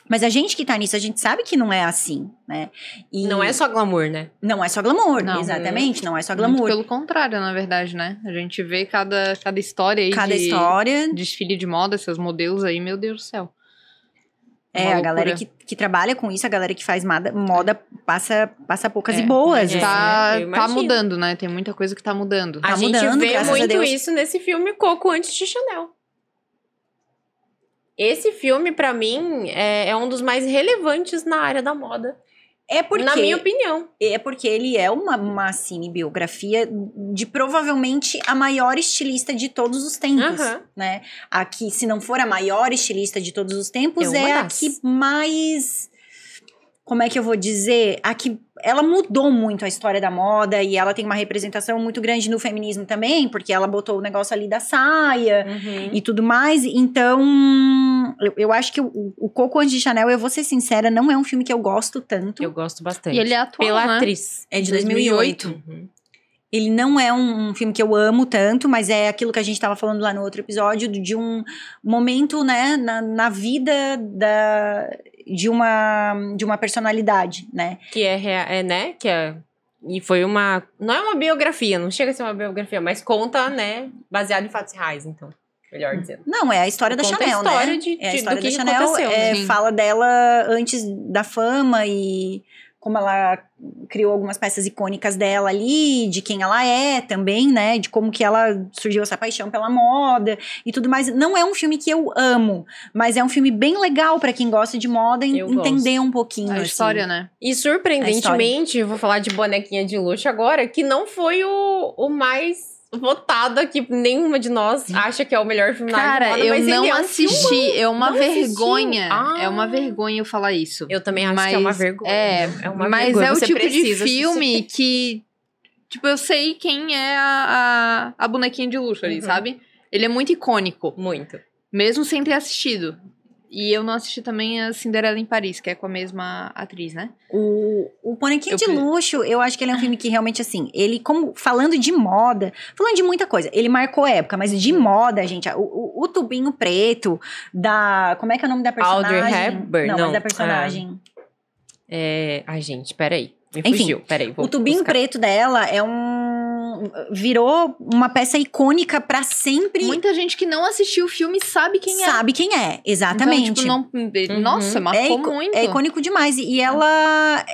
Mas a gente que tá nisso, a gente sabe que não é assim, né? E Não é só glamour, né? não é só glamour, Não. exatamente, não é só Muito glamour. pelo contrário, na verdade, né? A gente vê cada, cada história aí Cada de história, desfile de moda, esses modelos aí, meu Deus do céu. é, Uma a galera loucura. que, que trabalha com isso, a galera que faz moda, moda passa, passa poucas É, e boas. é. assim. Tá, né? Eu tá imagino. Ah, mudando, né? Tem muita coisa que tá mudando. a Tá gente mudando, vê graças a muito Deus. isso nesse filme Coco antes de Chanel. Esse filme, pra mim, é, é um dos mais relevantes na área da moda. É porque Na minha opinião. É porque ele é uma, uma cinebiografia de provavelmente a maior estilista de todos os tempos, Aham. né? A que, se não for a maior estilista de todos os tempos, É é, uma a das. que mais... Como é que eu vou dizer? A que... Ela mudou muito a história da moda e ela tem uma representação muito grande no feminismo também, porque ela botou o negócio ali da saia e tudo mais. Então, eu, eu acho que o, o Coco Antes de Chanel, eu vou ser sincera, não é um filme que eu gosto tanto. Eu gosto bastante. E ele é atual, Pela né? atriz. É de 2008. 2008. Uhum. Ele não é um, um filme que eu amo tanto, mas é aquilo que a gente estava falando lá no outro episódio, de um momento, né, na, na vida da, de, uma, de uma personalidade, né? Que é, rea- é, né? Que é. E foi uma. Não é uma biografia, não chega a ser uma biografia, mas conta, né? Baseado em fatos reais, então. Melhor dizendo. Não, é a história da Conta Chanel, a história né? de, É a de- história do da que Chanel, aconteceu. é, sim. fala dela antes da fama e como ela criou algumas peças icônicas dela ali, de quem ela é também, né? De como que ela surgiu essa paixão pela moda e tudo mais. Não é um filme que eu amo, mas é um filme bem legal pra quem gosta de moda en- Eu entender um pouquinho. A assim. história, né? E surpreendentemente, eu vou falar de bonequinha de luxo agora, que não foi o, o mais votado aqui. Nenhuma de nós acha que é o melhor filme da Cara, vida. eu mas ele não é um filmão. assisti. É uma Não assistiu? vergonha. Ah. É uma vergonha eu falar isso. Eu também acho que é uma Mas, vergonha. é, uma Mas vergonha. é o Você tipo de precisa assistir. filme que. Tipo, eu sei quem é a, a, a bonequinha de luxo ali, Uhum. sabe? Ele é muito icônico, Muito. mesmo sem ter assistido. E eu não assisti também a Cinderela em Paris, que é com a mesma atriz, né? O, o Bonequinho Eu de pre- Luxo, eu acho que ele é um filme que realmente, assim, ele, como falando de moda, falando de muita coisa, ele marcou época, mas de moda, gente, o, o, o tubinho preto da. Como é que é o nome da personagem? Audrey Hepburn, Não, mas não, da personagem. ah, É... Ai, gente, peraí. Me Enfim, fugiu. Peraí, vou o tubinho buscar. preto dela é um. virou uma peça icônica pra sempre. Muita gente que não assistiu o filme sabe quem é. sabe quem é, exatamente. Então, tipo, não... Nossa, Uhum. É marcou ico- muito. É icônico demais. E ela.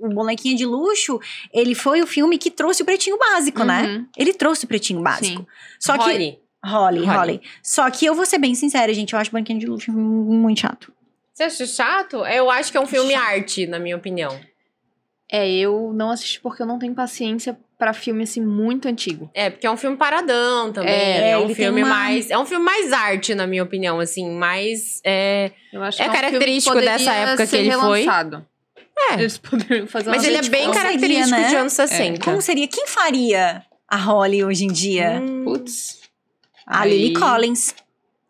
O Bonequinha de Luxo, ele foi o filme que trouxe o pretinho básico, né? Uhum, Ele trouxe o pretinho básico. Sim. Só que. Holly. Holly, Holly, Holly. Só que eu vou ser bem sincera, gente. Eu acho Banquinho de Luxo muito chato. você acha chato? Eu acho que é um filme arte, na minha opinião. É, eu não assisti porque eu não tenho paciência pra filme assim muito antigo. É, porque é um filme paradão também. É, É, é, ele um tem filme uma- mais. É um filme mais arte, na minha opinião, assim, mais. É, Eu acho É que um filme que característico poderia dessa época que ser ele foi. relançado. É. Eles poderiam fazer mas uma ele é gente bem conseguia, característico né? de anos 60. Como seria? Quem faria a Holly hoje em dia? Tá. Hum, Putz. a Aí- Lily Collins.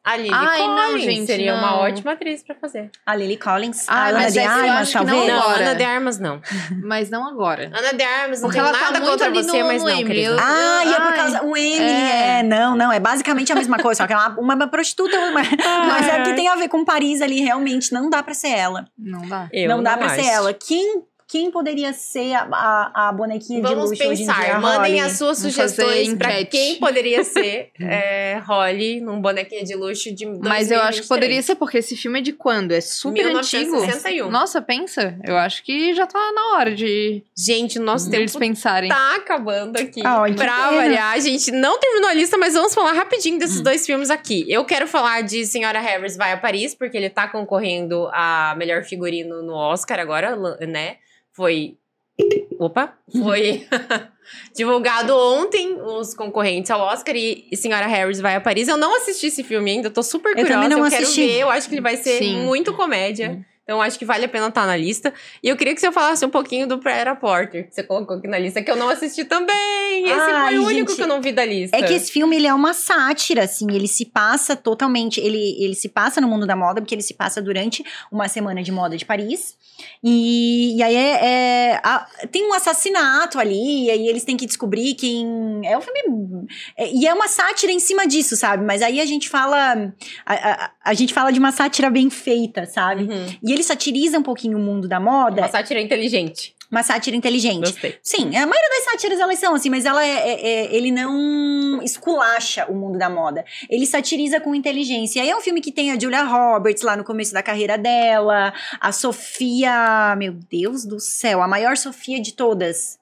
a Lily Ai, não, Collins gente, seria uma não. ótima atriz pra fazer. A Lily Collins. Ah, a Ana mas de essa eu Armas, acho que não talvez. não, agora. Ana de Armas não. Mas não agora. Ana de Armas, não Porque tenho ela tá nada muito contra ali você, no- mas no não, Emily, querida. eu- Ah, e é por Ai. causa. O Emily, É. é. Não, não. É basicamente a mesma coisa, só que é uma, uma, prostituta, uma- Ah, mas é porque tem a ver com Paris ali, realmente. Não dá pra ser ela. Não dá. Eu não dá pra acho. ser ela. Quem, quem poderia ser a, a, a bonequinha Vamos de luxo hoje em dia? é pensar, a Holly? mandem as suas Vamos sugestões fazer pra enquete. quem poderia ser é, Holly num bonequinho de luxo de Mas eu acho 2023. que poderia ser, porque esse filme é de quando? É super antigo. 1961. Nossa, pensa. Eu acho que já tá na hora de Gente, o nosso tempo deles pensarem. tá acabando aqui. Ah, que pra pena. variar, a gente não terminou a lista, mas vamos falar rapidinho desses Hum. dois filmes aqui. Eu quero falar de Senhora Harris Vai a Paris, porque ele tá concorrendo a melhor figurino no Oscar agora, lan- né? Foi. Opa! Foi <laughs> divulgado ontem os concorrentes ao Oscar e e Senhora Harris Vai a Paris. Eu não assisti esse filme ainda, eu tô super também curiosa. Eu, não quero assisti. ver, eu acho que ele vai ser Sim. muito comédia. Hum. Então, acho que vale a pena estar na lista. E eu queria que você falasse um pouquinho do Praera Porter, que você colocou aqui na lista, que eu não assisti também. Esse Ai, foi o único gente, que eu não vi da lista. É que esse filme ele é uma sátira, assim, ele se passa totalmente, ele, ele se passa no mundo da moda, porque ele se passa durante uma semana de moda de Paris. E, e aí é, é- a- tem um assassinato ali, e aí eles têm que descobrir quem. É um filme. é- e é uma sátira em cima disso, sabe? Mas aí a gente fala. A, a- a gente fala de uma sátira bem feita, sabe? Uhum. E ele satiriza um pouquinho o mundo da moda, Uma sátira inteligente. uma sátira inteligente. Gostei. Sim, a maioria das sátiras elas são assim, mas ela é, é- é- ele não esculacha o mundo da moda. Ele satiriza com inteligência. E aí é um filme que tem a Julia Roberts lá no começo da carreira dela, a Sofia, meu Deus do céu, a maior Sofia de todas.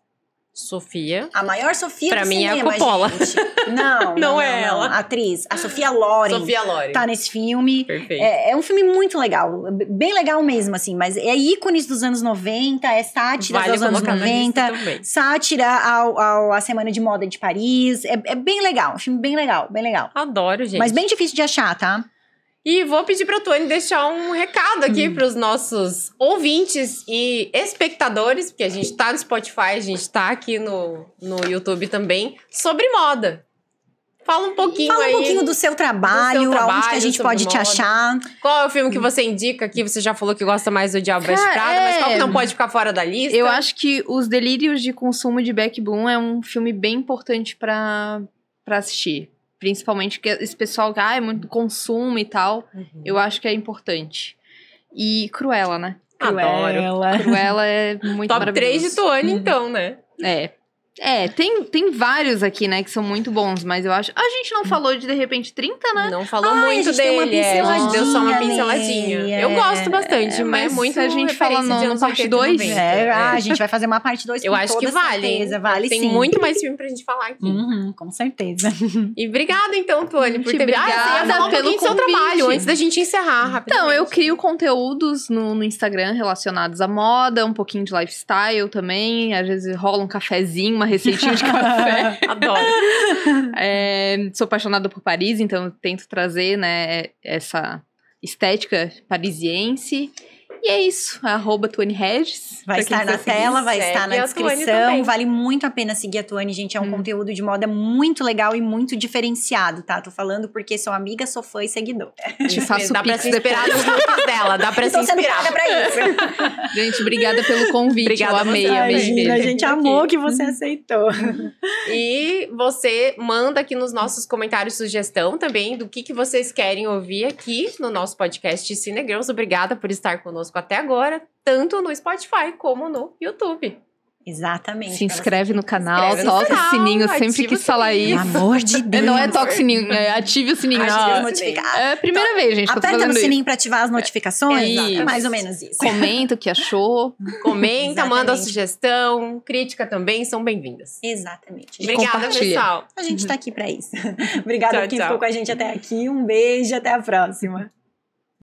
Sofia. A maior Sofia Pra do mim é a cinema, Coppola. gente. <laughs> Não, não, Não é não, não. ela. A atriz, a Sofia Loren. Sofia Loren. Tá nesse filme. Perfeito. É, é um filme muito legal, b- bem legal mesmo, assim, mas é ícones dos anos 90, é sátira vale dos anos colocar na lista 90 também. sátira ao, ao- à Semana de Moda de Paris. É, é bem legal, um filme bem legal, bem legal. Adoro, gente. Mas bem difícil de achar, tá? E vou pedir pra Tony deixar um recado Hum. aqui pros nossos ouvintes e espectadores, porque a gente tá no Spotify, a gente tá aqui no, no YouTube também, sobre moda. Fala um pouquinho Fala um aí. pouquinho do seu trabalho, aonde que trabalho, a gente sobre pode te moda. achar. Qual é o filme que você indica que você já falou que gosta mais do Diabo Veste Hum. Cara, Prada, mas qual que é. não pode ficar fora da lista? Eu acho que Os Delírios de Consumo de Beck Bloom é um filme bem importante pra pra assistir. Principalmente que esse pessoal que ah, é muito consumo e tal. Uhum. Eu acho que é importante. E Cruella, né? adoro. Cruella é muito Top maravilhoso. Uhum. 3 de Tuane, então, né? É. É, tem, tem vários aqui, né, que são muito bons, mas eu acho. A gente não falou de de repente 30, né? Não falou Ai, a muito gente deu uma dele. é, a gente deu só uma pinceladinha pinceladinha. nele, Eu é. gosto bastante, É, mas é mas muito a gente fala referência no- de no anos parte 80 e dois. 90. É, ah, É. a gente vai fazer uma parte 2 Eu com acho toda que vale. certeza. Vale Tem sim. muito mais filme pra gente falar aqui. Uhum, <laughs> com certeza. E obrigada, então, Tuane, por Gente, ter vindo. Ah, você ia obrigada falar um pelo pouquinho do seu convite. trabalho antes da gente encerrar rapidinho. Então, eu crio conteúdos no, no Instagram relacionados à moda, um pouquinho de lifestyle também. Às vezes rola um cafezinho, uma receitinha <laughs> é de café. Adoro. É, sou apaixonada por Paris, então eu tento trazer, né, essa estética parisiense. E é isso, arroba Tuane Regis. Vai pra quem estar na quiser seguir. tela, vai segue estar a na Tuane descrição. também. Vale muito a pena seguir a Tuane, gente. É um Hum. conteúdo de moda muito legal e muito diferenciado, tá? Tô falando porque sou amiga, sou fã e seguidora. Te faço dá pra pix se inspirar depois. nos looks dela, dá pra se Estou sendo inspirar. paga pra <laughs> isso. Gente, obrigada pelo convite. Obrigada eu a você, amei, Ai, amei. Uhum. gente, mesmo. a a gente gente amou amou que você aceitou. E você manda aqui nos nossos comentários sugestão também do que, que vocês querem ouvir aqui no nosso podcast Cine Girls. Obrigada por estar conosco até agora, tanto no Spotify como no YouTube. Exatamente. assim, Se inscreve no canal, inscreve no toca canal, o sininho, eu ativa sempre o quis falar sininho. Pelo isso. amor de Deus. Não <laughs> é toque o sininho, é ative o sininho. Ative ó. o Ativa as sininho. notificações. É a primeira vez, gente, que eu tô Aperta fazendo no isso. sininho pra ativar as notificações. É É isso. mais ou menos isso. Comenta o que achou. Comenta, Exatamente. manda sugestão, crítica também, são bem-vindas. Exatamente. Obrigada, compartilha. pessoal. Uhum. A gente tá aqui pra isso. <laughs> Obrigada Tchau, por quem tchau. ficou com a gente até aqui. Um beijo, até a próxima.